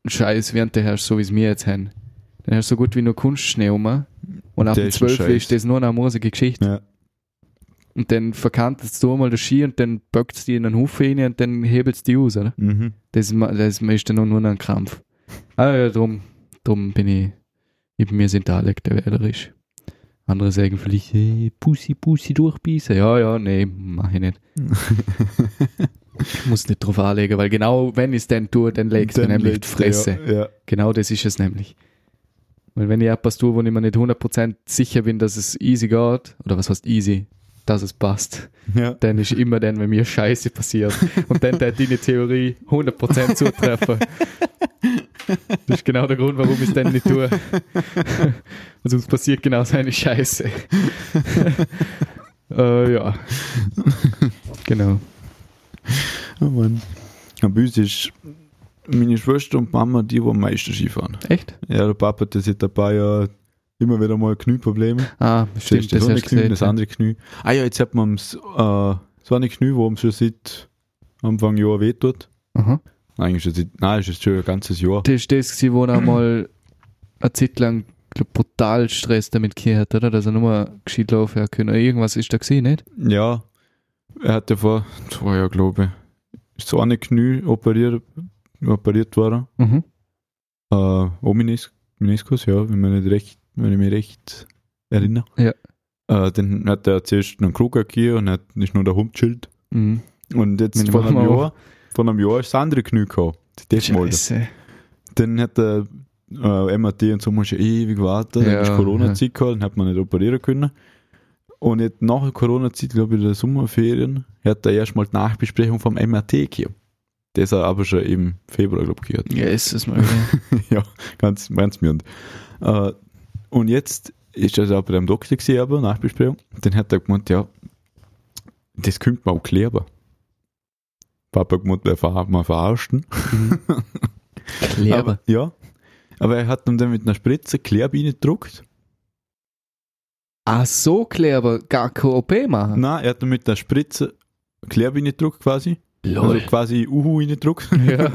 Scheiß während der herrscht, so wie es mir jetzt haben, dann hast du so gut wie nur Kunstschnee rum. Und ab
Der
dem
ist ein
12.
Scheiß.
ist das nur eine musige Geschichte.
Ja.
Und dann verkantest du mal den Ski und dann böckst die in den Huf rein und dann hebelst die aus, oder?
Mhm.
Das ist, ma- das ist dann nur noch ein Krampf. Aber ja, drum, drum bin ich, ich mir sind alle der wählerisch. Andere sagen vielleicht, hey, Pussy, Pussy durchbeißen. Ja, ja, nee, mach ich nicht. Muss nicht drauf anlegen, weil genau wenn ich es dann tue, dann legst du mir
Dann
nämlich die
legst du,
Fresse.
Ja. ja.
Genau das ist es nämlich. Weil wenn ich etwas tue, wo ich mir nicht 100% sicher bin, dass es easy geht, oder was heißt easy, dass es passt,
Ja.
dann ist immer dann, wenn mir Scheiße passiert. Und dann hat deine Theorie 100% zutreffen. Das ist genau der Grund, warum ich es dann nicht tue. Und sonst passiert genau so eine Scheiße. äh, ja. Genau.
Oh Mann. Aber uns ist meine Schwester und die Mama die, die am meisten Skifahren.
Echt?
Ja, der Papa, der sieht dabei ja immer wieder mal Knieprobleme.
Ah, stimmt,
das,
das
eine
hast du
Knie,
gesehen.
das andere Knie. Ah ja, jetzt hat man das, äh, so eine Knie, wo man schon seit Anfang Jahr wehtut.
Aha.
Nein, ist jetzt, nein, ist jetzt schon ein ganzes Jahr.
Das ist das, gewesen, wo er mal eine Zeit lang glaub, brutal Stress damit gehabt hat, oder? Dass er nur mal gescheit laufen hat können. Irgendwas ist da gesehen, nicht?
Ja, er hatte vor zwei Jahren, glaube ich, ist so eine Knie operiert, operiert worden.
Mhm.
Äh, oh, Menis Meniskus, ja, wenn, man nicht recht, wenn ich mich recht erinnere.
Ja.
Äh, dann hat er zuerst einen Krug gegeben und hat nicht nur der Hund chillt.
Mhm.
Und jetzt
Mit dem
vor einem,
Arm auch.
Jahr, vor einem Jahr ist das andere Knie gehabt. Das Mal.
Scheiße.
Dann hat der äh, MAT und so schon ewig warten.
Ja,
dann ist Corona-Zeit gehabt, dann hat man nicht operieren können. Und jetzt nach der Corona-Zeit, glaube ich, in der Sommerferien, hat er erstmal die Nachbesprechung vom MAT gegeben. Das hat er aber schon im Februar, glaube ich, gehört.
Ja, ist es mal. wieder.
ja, ganz, ganz mirnd. Äh, und jetzt ist er auch bei dem Doktor gesehen, aber Nachbesprechung. Dann hat er gemeint, ja, das könnte man auch klären. Papa hat gemeint, er ver man verarscht ihn.
Kleber.
Aber, ja. Aber er hat ihm dann mit einer Spritze Klärbiene gedruckt.
Ach Ah, so, Kleber, gar kein OP machen.
Nein, er hat ihm mit einer Spritze Klärbiene gedruckt quasi. Also
Lol.
quasi Uhu reingedruckt.
Ja.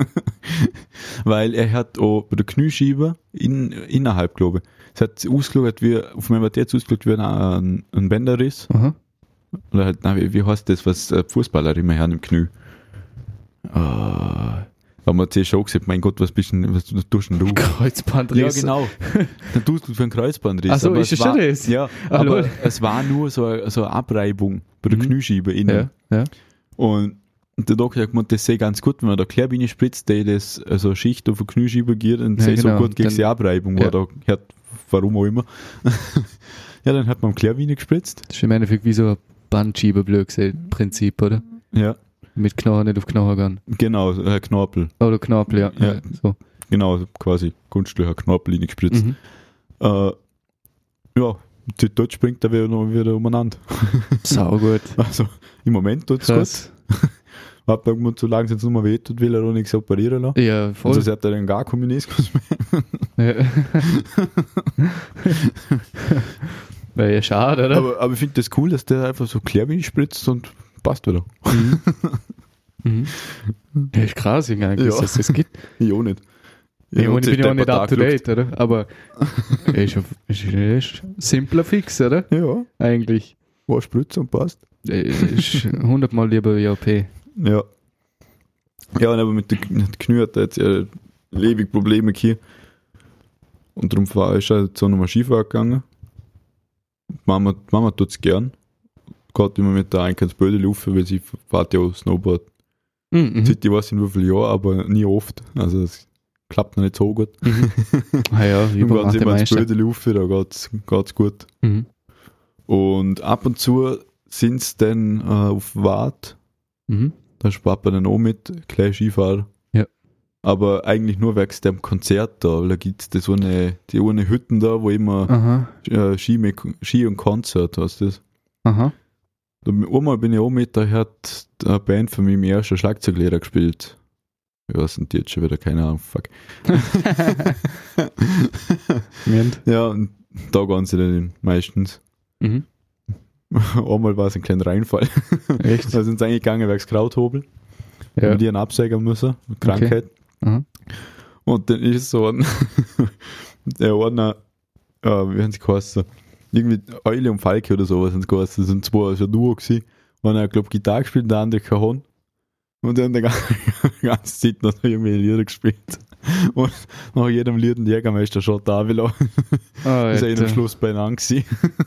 Weil er hat auch bei der Knieschieber in, innerhalb, glaube ich. Es hat ausgeschaut, wie, auf meinem MRT ausgeschaut, wie ein, ein, ein Bänderriss.
Aha.
Oder halt, nein, wie, wie heißt das, was äh, Fußballer immer haben im Knie? Ah, da haben wir zuerst schon gesagt, mein Gott, was bist denn, was du tust denn du? Ja,
Kreuzbandriss.
genau. Dann tust du für einen Kreuzbandriss.
Ach so,
aber
ist
es
es
war-
schon das?
Ja,
Ah,
aber
lol.
es war nur so eine, so eine Abreibung bei der
Mhm.
Kniescheibe innen.
Ja, ja.
Und der Doktor hat gemeint, das sehe ganz gut, wenn man da Klärbiene spritzt, die das, also eine Schicht auf den Knieschieber geht und
Ja,
sehe
genau.
so gut gegen
Dann-
die Abreibung,
Ja.
war da hat, warum auch immer. ja, dann hat man Klärbiene gespritzt.
Das ist im Endeffekt wie so ein Bandschieber, blöd gesagt, Prinzip, oder?
Ja,
Mit Knochen nicht auf Knochen gehen.
genau, äh, Knorpel.
Oder Knorpel, ja.
Ja.
ja. So.
Genau, quasi Kunststoff, eine Knorpellinie gespritzt.
Mhm.
Äh, ja, dort springt er wieder, wieder umeinander.
Sau gut.
Also im Moment tut es gut.
Krass.
Hat man irgendwann zu lang, jetzt nur mal weh tut, will er auch nichts operieren lassen.
Ja, voll.
Also, sie hat er dann gar keinen Meniskus mehr.
ja. Wäre ja schade, oder?
Aber, aber ich finde das cool, dass der einfach so Klärbienen spritzt und passt wieder.
Mhm. Ja, ist krass eigentlich,
Ja.
dass es das gibt.
Ich auch nicht.
Ich, meine, ich
hab
bin ja auch nicht
selber
up to
angeschaut.
date, oder? Aber ist, auf- ist, ist simpler Fix, oder?
Ja,
Eigentlich.
war Spritze und passt.
Äh, Ist hundertmal lieber wie OP.
Ja. Ja, und aber mit der mit der Knie hat er jetzt ja ewig Probleme hier. Und darum war, ist er jetzt auch nochmal Skifahren gegangen. Die Mama, die Mama tut es gern. Geht immer mit der Einkaufsböde laufen, weil sie fährt ja auch Snowboard.
Mhm.
Seit ich weiß nicht wie viel Jahr, aber nie oft. Also es klappt noch nicht so gut.
Ah ja, wie
Dann
bei
gehen sie immer ins
Mathemeister.
Böde laufen, da geht's, geht's gut.
Mhm.
Und ab und zu sind sie dann äh, auf Wart,
Mhm.
da spart man dann auch mit, gleich Skifahrer.
Ja.
Aber eigentlich nur wegen dem Konzert da, weil da gibt's das so eine, die eine Hütten da, wo immer
Aha,
äh, Ski, mit, Ski und Konzert hast das.
aha.
Da bin- Einmal bin ich auch mit, da hat eine Band von meinem ersten Schlagzeuglehrer gespielt. Ja, was sind die jetzt schon wieder? Keine Ahnung, fuck.
Moment.
ja, und da gehen sie dann hin, meistens.
Mhm.
Einmal war es ein kleiner Reinfall.
Echt?
Da sind sie eingegangen wegen Krauthobel. ja.
Ja.
mit ihren absägen müssen, Krankheit.
Aha.
Und dann ist so ein der Ordner, äh, wie haben sie geheißen? Irgendwie Eule und Falke oder sowas haben sie geheißen. Das sind zwei, so ein Duo gewesen. Einer hat, glaube Gitarre gespielt, der andere Cajon. Und die haben die ganze, die ganze Zeit noch irgendwelche Lieder gespielt. Und nach jedem Lied ein Jägermeister schon da will.
Oh,
Das ist ja am
Alter.
Schluss beieinander gewesen.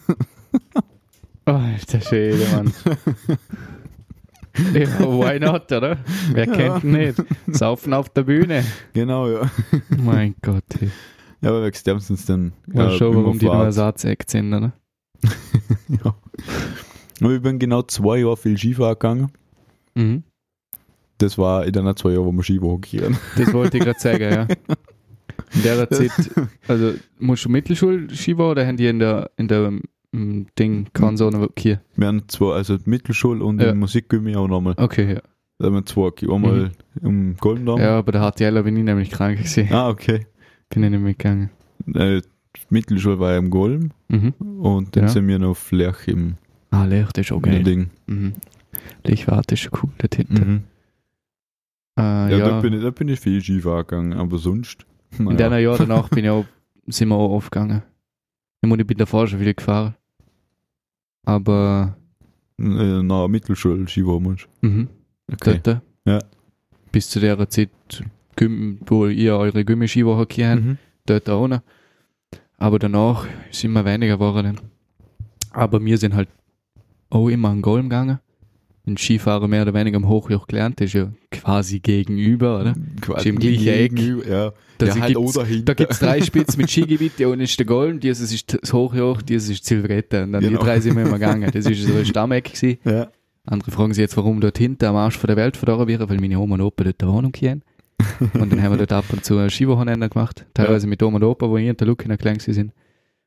Oh, Alter Schwede, Mann. ja, why not, oder? Wer kennt ihn nicht? Saufen auf der Bühne.
Genau, ja.
Mein Gott. Ey.
Ja, aber wegen dem sind sie dann. äh,
Ja, schon,
immer
warum die
auf
nur
Art.
Ersatzeck sind, oder?
ja. Aber ich bin genau zwei Jahre viel Skifahren gegangen.
Mhm.
Das war in den zwei Jahren, wo wir Ski hochgehen.
Das wollte ich gerade sagen, ja. In der Zeit, also musst du Mittelschul Skiba oder haben die in der, in der ähm, Ding, Konsole hier?
Wir haben zwei, also die Mittelschule und
Ja.
im Musikgymnasium auch nochmal.
Okay, ja.
Da haben wir zwei, gegeben. einmal im Goldendamm.
Mhm. Ja, aber der HTL bin ich nämlich krank gewesen.
Ah, okay.
Bin ich nicht mitgegangen.
Äh, die Mittelschule war ja im Golm
Mhm.
und dann
Ja.
sind wir noch flach im
Ah, Lech, das ist auch
im
geil.
Ding.
Mhm. Lech war, das ist schon cool, der Titel.
Mhm.
Äh,
Ja,
ja,
Da, bin ich, da bin ich viel Skifahren gegangen, aber sonst.
in
naja.
deiner Jahr danach bin ich auch, sind wir auch aufgegangen. Ich meine, ich bin davor schon wieder gefahren. Aber,
Äh, Na, Mittelschule Ski war manch.
mhm.
Okay.
Dort.
Ja.
Bis zu der Zeit, Gym- wo ihr eure Gummiskiwoche gehabt
Mhm.
dort auch noch. Aber danach sind wir weniger geworden. Aber wir sind halt auch immer an Golm gegangen. Ein Skifahrer mehr oder weniger am Hochjoch gelernt, das ist ja quasi gegenüber, oder?
Quasi
Ist im gleichen Eck.
gegenüber, Ja,
Da
ja, halt
gibt's-
oder hinten.
da gibt es drei Spitzen mit Skigebiet, die eine ist der Golm, dieses ist das Hochjoch, dieses ist die Silvretta. Und dann
Genau.
die drei sind wir immer gegangen. Das ist so ein Stammeck gewesen.
Ja.
Andere fragen sich jetzt, warum dort hinten am Arsch von der Welt verdorren wäre, weil meine Oma und Opa dort eine Wohnung haben. Und dann haben wir dort ab und zu ein Skiwochenende gemacht. Teilweise mit Oma und Opa, wo ich und der Luke in der Kleine gewesen sind.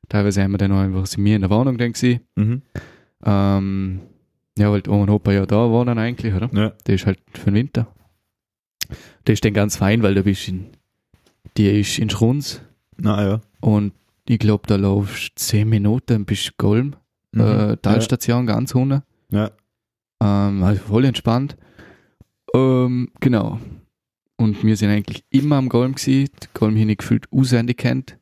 Teilweise haben wir dann auch einfach sind wir in der Wohnung dann gewesen.
Mhm.
Ähm, ja, weil die Oma und Opa ja da wohnen eigentlich, oder?
Ja.
Der ist halt für den Winter. Der ist dann ganz fein, weil du bist in, die ist in Schruns
Naja.
und ich glaube, da laufst 10 Minuten und bist Golm, äh, Talstation ganz unten.
Mhm. Ja.
Ähm, also voll entspannt. Ähm, genau. Und wir sind eigentlich immer am Golm gewesen. Die Golm hier nicht gefühlt auswendig kennt.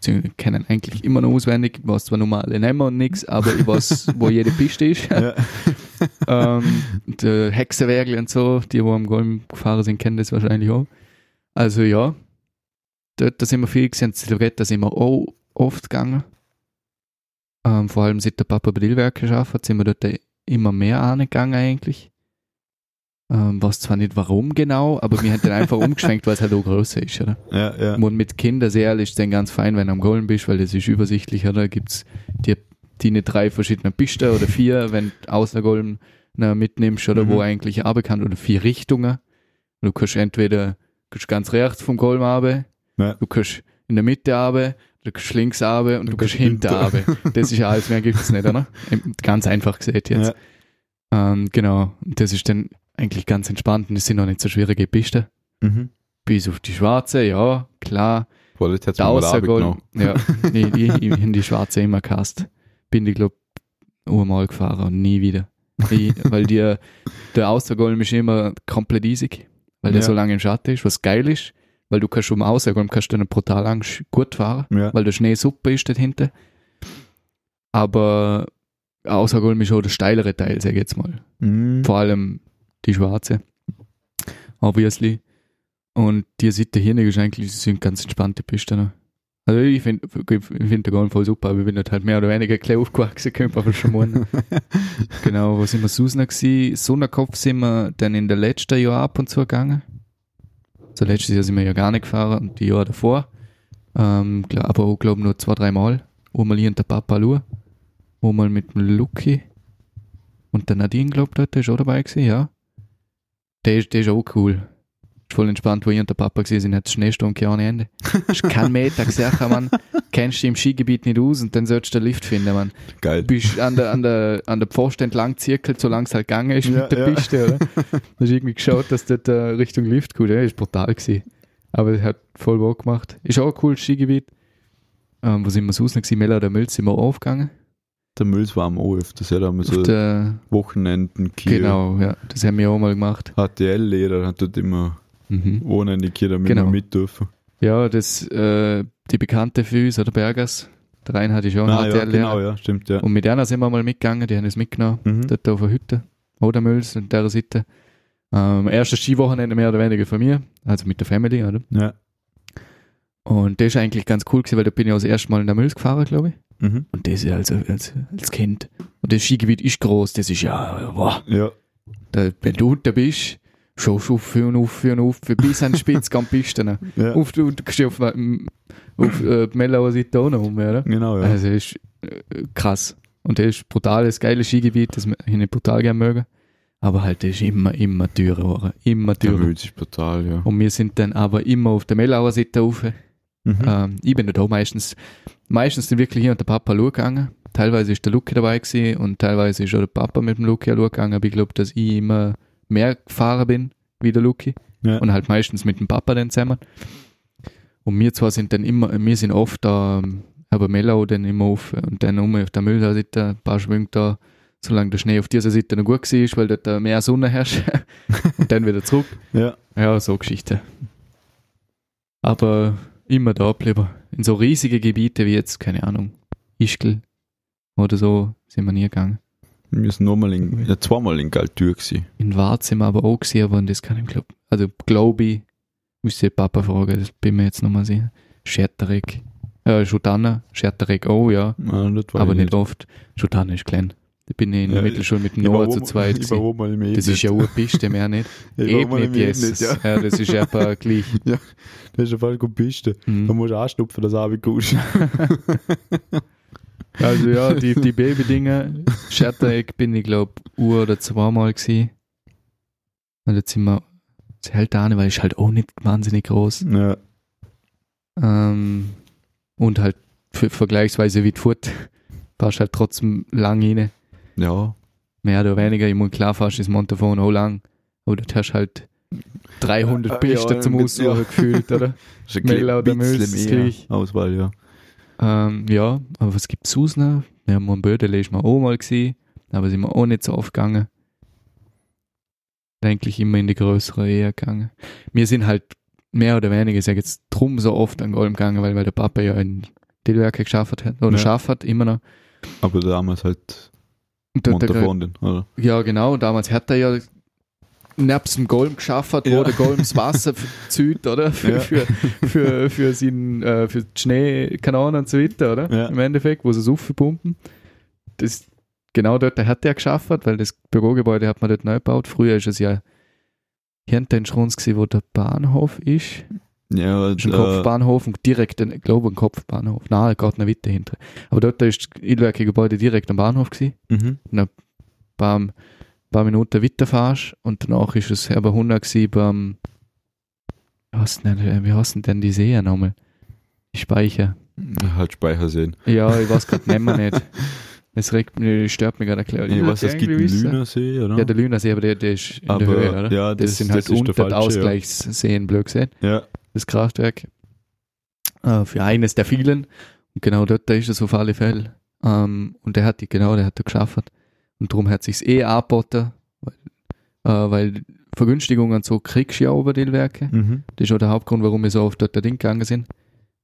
Sie kennen eigentlich immer noch auswendig. Ich weiß zwar normale Namen und nichts, aber ich weiß, wo jede Piste ist.
Ja. ja.
ähm, der Hexenwergel und so, die, wo am Golm gefahren sind, kennen das wahrscheinlich auch. Also ja, dort da sind wir viel gesehen, Silvretta sind wir auch oft gegangen. Ähm, vor allem seit der Papa Brillwerk geschafft hat, sind wir dort eh immer mehr angegangen eigentlich. Ähm, was zwar nicht warum genau, aber wir haben den einfach umgeschwenkt, weil es halt auch größer ist, oder?
Ja, ja.
Und mit Kindern sehr ehrlich ist dann ganz fein, wenn du am Golden bist, weil das ist übersichtlicher. Da gibt es die, die eine drei verschiedene Pisten oder vier, wenn du außer Golden na, mitnimmst oder
Mhm.
wo eigentlich auch bekannt oder vier Richtungen. Du kannst entweder kannst ganz rechts vom Golden runter,
Ja.
du kannst in der Mitte runter, du kannst links runter und du kannst hinten runter. Das ist ja alles, mehr gibt es nicht, oder? Im- Ganz einfach gesehen jetzt. Ähm, genau, Und das ist dann eigentlich ganz entspannt und es sind auch nicht so schwierige Pisten.
Mhm.
Bis auf die schwarze, ja, klar.
Boah, das hätte
Der Außergol.
genommen.
Ja, nee, ich, ich bin die Schwarze immer cast. Bin ich, glaub, einmal gefahren und nie wieder. Ich, weil die, der Außergolm ist immer komplett easy, weil der
Ja.
so lange im Schatten ist, was geil ist, weil du kannst um Außergolm kannst du dann brutal lang sch- gut fahren,
Ja.
weil der Schnee super ist dort hinten. Aber Außergolm ist auch der steilere Teil, sag ich jetzt mal.
Mhm.
Vor allem die Schwarze. Obviously. Und die Sitte hier nicht ist eigentlich sie sind ganz entspannte Pisten. ne? Also ich finde ich find den Golm voll super, aber ich bin dort halt mehr oder weniger gleich aufgewachsen, könnte man schon mal. genau, wo sind wir Susna gewesen? Sonderkopf sind wir dann in der letzten Jahr ab und zu gegangen. So letztes Jahr sind wir ja gar nicht gefahren und die Jahre davor. Ähm, gla- aber auch, glaube nur zwei, drei Mal. Einmal hier und der Papa Lur. Einmal mit dem Lucky. Und der Nadine, glaube ich, der ist auch dabei gewesen, ja. Der ist, der ist auch cool. Ist voll entspannt, wo ich und der Papa gesehen sind, hat Schneesturm kein ohne Ende. Ist kein Meter gesagt, Mann. Kennst du im Skigebiet nicht aus und dann sollst du den Lift finden, Mann.
Geil.
Du bist an der, an der, an der Pfosten entlang zirkelt, solange es halt gegangen ist
Ja,
mit der
ja.
Piste, oder? Da hast du irgendwie geschaut, dass dort äh, Richtung Lift gut, ja, ist brutal gewesen. Aber es hat voll Bock gemacht. Ist auch ein cooles Skigebiet. Ähm, wo sind wir sonst noch gewesen? Mella der Müll sind wir auch aufgegangen.
Der Müll war am OF, das hat einmal so
Auf der,
Wochenenden Kiel.
genau, ja. Das haben wir auch mal gemacht.
HTL-Lehrer hat dort immer
Mhm.
Wochenende Kiel, damit
Genau.
wir mit dürfen.
Ja, das, äh, die bekannte für uns, oder Bergers, der Reinhard ist auch ein
Ah, ja,
HTL-Lehrer.
genau, ja, stimmt, ja.
Und mit einer sind wir mal mitgegangen, die haben uns mitgenommen,
Mhm.
dort auf der Hütte, oder Mülls, an dieser Seite. Ähm, erstes Skiwochenende mehr oder weniger von mir, also mit der Family, oder?
Ja.
Und das ist eigentlich ganz cool gewesen, weil da bin ich auch das erste Mal in der Mülls gefahren, glaube ich.
Mhm.
Und das als, als, als Kind. Und das Skigebiet ist groß, das ist ja, boah,
Ja.
da, wenn du unter bist, schaust du auf und auf und auf, bis an die Spitze, ganz Pisten.
ja.
auf, du du gehst auf, ähm, auf äh, die Mellauer Seite auch noch um, oder?
Genau, ja.
Also ist äh, krass. Und das ist brutal, das geile Skigebiet, das ich nicht brutal gerne mögen. Aber halt, das ist immer, immer teurer geworden. Immer
der
teurer.
Müll ist brutal, ja.
Und wir sind dann aber immer auf der Mellauer Seite rauf.
Mhm.
Ähm, ich bin da auch meistens, meistens sind wirklich hier und der Papa schauen gegangen. Teilweise ist der Luke dabei gewesen und teilweise ist auch der Papa mit dem Luke schauen gegangen. Aber ich glaube, dass ich immer mehr gefahren bin wie der Luki
Ja.
und halt meistens mit dem Papa dann zusammen. Und wir zwar sind dann immer, wir sind oft da, ähm, aber Mellau dann immer auf und dann um auf der Müllseite, ein paar Schwünge da, solange der Schnee auf dieser Seite noch gut war, weil dort äh, mehr Sonne herrscht. und dann wieder zurück.
Ja.
Ja, so Geschichten. Aber immer da bleiben. In so riesige Gebiete wie jetzt, keine Ahnung, Ischgl oder so, sind wir nie gegangen.
Wir sind nochmal in, ja, zweimal in Galtür gewesen.
In Waadt sind wir aber auch gesehen, aber das kann ich glauben. Also, glaube ich, müsste ich Papa fragen, das bin mir jetzt nochmal sicher. Schertereck, äh, Schutana, Schertereck, oh ja,
Ah, das war
aber
ich
nicht oft. Schutana ist klein. Da bin ich in der
Ja,
Mittelschule mit dem
Ich war
Noah zu
oben-
zweit.
Ich war
gewesen.
oben mal im
Das ist ja Urpiste, mehr nicht. Eben nicht, Jesus.
Ja.
Ja. das ist einfach gleich.
Das ist ja voll gut Piste. Da
Mhm.
musst du anstupfen, dass du runterkommst.
Also ja, die, die Baby-Dinger. Shattereck bin ich, glaube Uhr oder zweimal gewesen. Und jetzt sind wir, das hält da an, weil ich halt auch nicht wahnsinnig groß.
Ja.
Ähm, und halt für, vergleichsweise weit fort. Fährst halt trotzdem lang rein.
ja.
Mehr oder weniger. Ich muss klar, fährst ist Montafon auch lang. Aber du hast halt 300
Ja,
Pisten
ja,
zum
mit-
Aussuchen
ja.
gefühlt, oder?
Also Ist ein
Mellau, der
bisschen
Mölz, das
mehr
gleich.
Auswahl, ja.
Ähm, ja, aber was gibt's sonst noch? Wir haben am Bödele ist mal auch mal gesehen, aber sind wir auch nicht so aufgegangen. Eigentlich immer in die größere Ehe gegangen. Wir sind halt mehr oder weniger, ich sag jetzt drum so oft an Golm gegangen, weil, weil der Papa ja in Delwerke geschafft hat, oder
Ja.
schafft hat, immer noch.
Aber damals halt
Und dort-
Montafondin, oder?
ja, genau, damals hat er ja nebst dem Golm geschafft, wo
Ja.
der Golm das Wasser f- zieht, oder? Für,
Ja.
für, für, für, seinen, äh, für die Schneekanonen und so weiter, oder?
Ja.
Im Endeffekt, wo sie es aufpumpen. Das, genau dort hat er geschafft, weil das Bürogebäude hat man dort neu gebaut. Früher ist es ja hinter den Schrunz gewesen, wo der Bahnhof ist.
Ja,
Ist ein Kopfbahnhof und direkt, in- ich glaube, ein Kopfbahnhof. Nein, geht noch weiter hinter. Aber dort ist das Ilwerke-Gebäude direkt am Bahnhof gewesen
Mhm.
beim paar Minuten weiterfährst und danach ist es aber 100 gewesen beim wie heißt denn, äh, wie heißen denn die Seen nochmal? Die Speicher.
Halt Speicher sehen.
Ja, ich weiß gerade, nehmen wir nicht. Das regt mich, stört mich gerade erklärt.
Ich weiß, es gibt einen Lünersee, oder?
Ja, der Lünersee, aber der, der ist in
Aber,
der Höhe, oder?
ja,
das,
das-
sind
das
halt
ist der
unter
falsche,
der
ja.
Ausgleichsseen, blöd gesehen.
ja.
Das Kraftwerk. Äh, für eines der vielen. Und genau dort ist es auf alle Fälle. Ähm, und der hat die, genau, der hat er geschafft. Und darum hat sich's eh angeboten, weil, äh, weil Vergünstigungen und so kriegst du ja über die Werke.
Mhm.
Das ist auch der Hauptgrund, warum wir so oft dort Ding gegangen sind.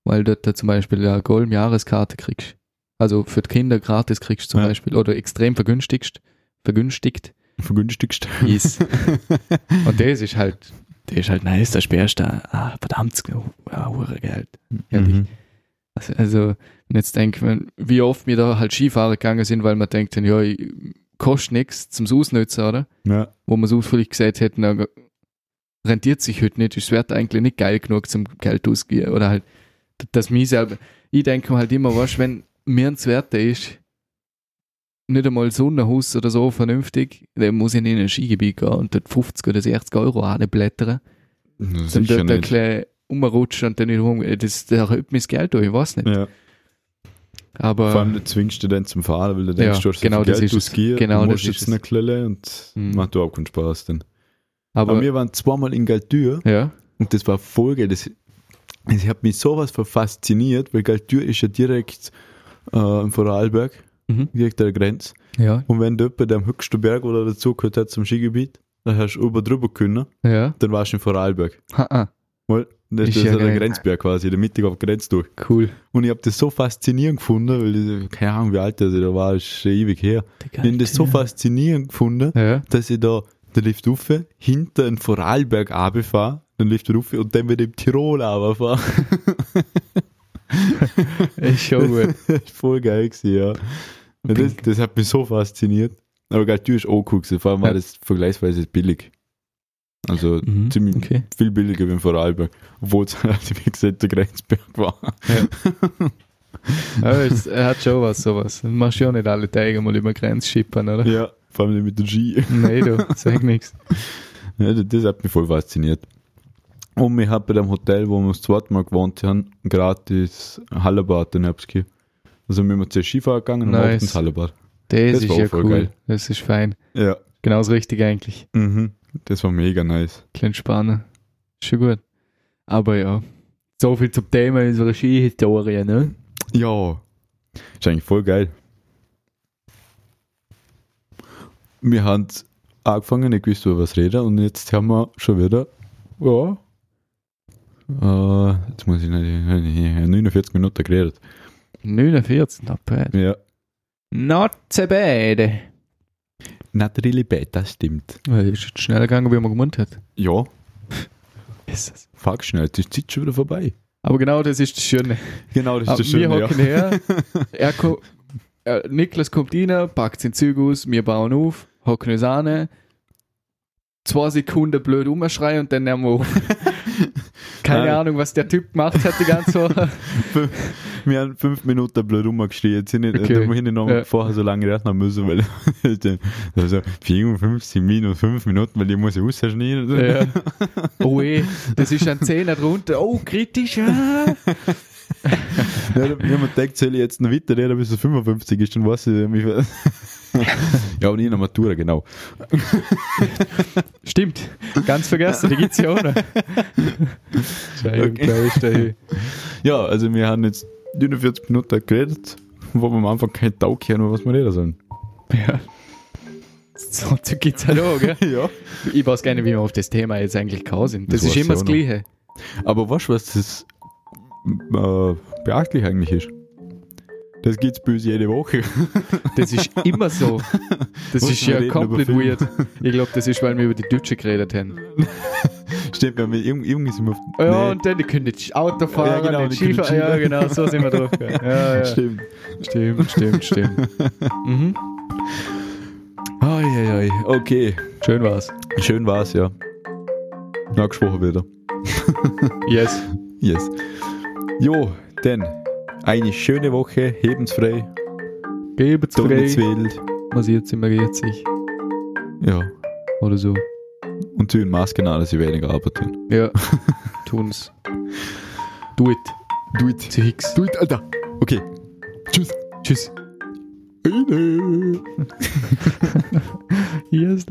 Weil dort zum Beispiel eine Golm-Jahreskarte kriegst. Also für die Kinder gratis kriegst zum
Ja.
Beispiel. Oder extrem vergünstigst. Vergünstigt.
Vergünstigst.
Yes. und das ist halt, das ist halt nice, das sperrst du. Ah, verdammt, ah, hure Geld. Ehrlich.
Mhm.
Also, also wenn jetzt denke wie oft wir da halt Skifahren gegangen sind, weil man denkt, ja, ich- kostet nichts zum Ausnutzen, oder?
Ja.
Wo man es ausführlich gesagt hätten, ja, rentiert sich heute nicht, ist das Wert eigentlich nicht geil genug zum Geld ausgeben. Oder halt, d- dass mir selber, ich denke mir halt immer, weißt, wenn mir ein Wert ist, nicht einmal so ein Haus oder so vernünftig, dann muss ich nicht in ein Skigebiet gehen und dort 50 oder 60 Euro anblättern dann
Hm, Sicher
dort ein
nicht.
kleines umrutschen und dann nicht rum. Das, da hält mir das Geld durch, ich weiß nicht.
Ja. Vor allem
Aber
du zwingst du dann zum Fahren, weil du denkst,
Ja,
du hast so
genau
viel
das
Geld
ist es.
ausgegeben,
Genau
du musst
das ist
jetzt nicht klellen und
Mhm.
macht überhaupt keinen Spaß dann. Aber,
Aber,
wir waren zweimal in Galtür
ja,
und das war voll geil. Das, das hat mich sowas von fasziniert, weil Galtür ist ja direkt äh, im Vorarlberg,
Mhm.
direkt an der Grenze.
ja,
Und wenn du bei dem höchsten Berg, wo du dazu gehört hat zum Skigebiet, dann hast du oben drüber können,
ja.
dann warst du in Vorarlberg.
Ha, ah,
Weil das
Ist
ist, das
ja
ja der
geil.
Grenzberg quasi, der mittig auf die Grenze durch.
cool.
Und ich habe das so faszinierend gefunden, weil ich, keine Ahnung, wie alt das ist, da war ich schon ewig her. Ich habe das so faszinierend gefunden,
Ja,
dass ich da den Lift rauf, hinter einen Vorarlberg runterfahre, den Lift rauf und dann mit dem Tirol runterfahre.
ist schon gut.
Das ist voll geil gewesen, ja. Und das, das hat mich so fasziniert. Aber Galtür ist auch cool gewesen, vor allem war
Ja.
das vergleichsweise billig. Also
Mhm,
ziemlich
okay.
viel billiger wie in Vorarlberg, obwohl es halt, wie gesagt, der Grenzberg war.
Aber es er hat schon was, sowas. Du machst ja nicht alle Tage mal über Grenz schippern, oder?
Ja, vor allem mit der Ski.
Nee, du, sag nichts.
Ja, das- das hat mich voll fasziniert. Und ich habe bei dem Hotel, wo wir das zweite Mal gewohnt haben, gratis Hallebad in Herbstki. Also wir sind zuerst Skifahren gegangen und
Nice.
nice. ins Hallebad.
Das,
Das
ist
war
ja
auch voll
cool.
geil.
Das ist fein.
Ja,
Genau das Richtige eigentlich.
mhm. das war mega nice.
Klein Spanner. Schon gut. Aber ja, so viel zum Thema unserer Skihistorie, ne?
Ja, ist eigentlich voll geil. wir haben angefangen, ich wusste über was reden und jetzt haben wir schon wieder, ja, äh, jetzt muss ich nicht, 49 Minuten geredet.
49, not bad.
Ja.
Not so bad.
Not really bad, das stimmt.
Weil es ist schneller gegangen, wie man gemeint hat.
Ja,
Ist das.
fuck schnell, die Zeit ist schon wieder vorbei.
Aber genau das ist das Schöne. Ah,
Genau, das ist das
wir
Schöne, ja.
hocken her, er ko äh, Niklas kommt rein, packt seinen Zug aus, wir bauen auf, hocken uns an, zwei Sekunden blöd rumschreien und dann nehmen wir auf. Keine
Nein.
Ahnung, was der Typ gemacht hat die ganze Woche.
Wir haben fünf Minuten blöd rumgeschrien. Jetzt sind
Okay.
okay. wir hätte ich noch
Ja.
vorher so lange rechnen müssen, weil also 54 minus 5 Minuten, weil ich muss ja rausschneiden.
ja. Oh eh, das ist ein Zehner drunter. Oh, kritisch. Ah.
Ja, da- wenn man denkt, soll ich jetzt noch weiterreden, bis es 55 ist, dann weiß ich, wie viel. ja, und ich in der Matura, genau.
Stimmt, ganz vergessen, die gibt's ja auch noch. Entschuldigung,
Okay.
da ist der hier.
Ja, also wir haben jetzt 49 Minuten geredet, wo wir am Anfang keinen Tau kennen, über was wir reden sollen.
Ja. So Zeug gibt's halt auch, gell?
Ja.
Ich weiß gar nicht, wie wir auf das Thema jetzt eigentlich gekommen sind. Das,
Das
ist
weiß
immer
ich
das
auch noch.
Gleiche.
Aber weißt du, was das äh, beachtlich eigentlich ist? Das gibt's bei uns jede Woche.
Das ist immer so. Das
Und
ist
wir
ja
reden
komplett
über Filme.
weird. Ich glaube, das ist, weil wir über die Deutsche geredet haben.
Stimmt, wenn wir irgendwie, irgendwie sind wir auf
Ja,
Nee.
und dann, die können nicht Auto fahren,
Ja, genau,
nicht
die können
Skifahren. Ja,
nicht
genau, so sind wir drauf. gegangen. Ja, ja.
Stimmt.
Stimmt, stimmt, stimmt. Mhm.
Ai, ai, ai. Okay.
Schön war's.
Schön war's, ja. Na, gesprochen wieder.
Yes.
Yes. Jo, denn eine schöne Woche, hebensfrei,
Gebt's frei.
Donnetzwild.
Massiert immer jetzt sich.
Ja.
Oder so.
Und tun Masken an, dass sie weniger arbeiten.
Ja. Tun's. Do it.
Do it.
Zu Hicks.
Do it, Alter. Okay. Tschüss.
Tschüss.
Eine.
Yes.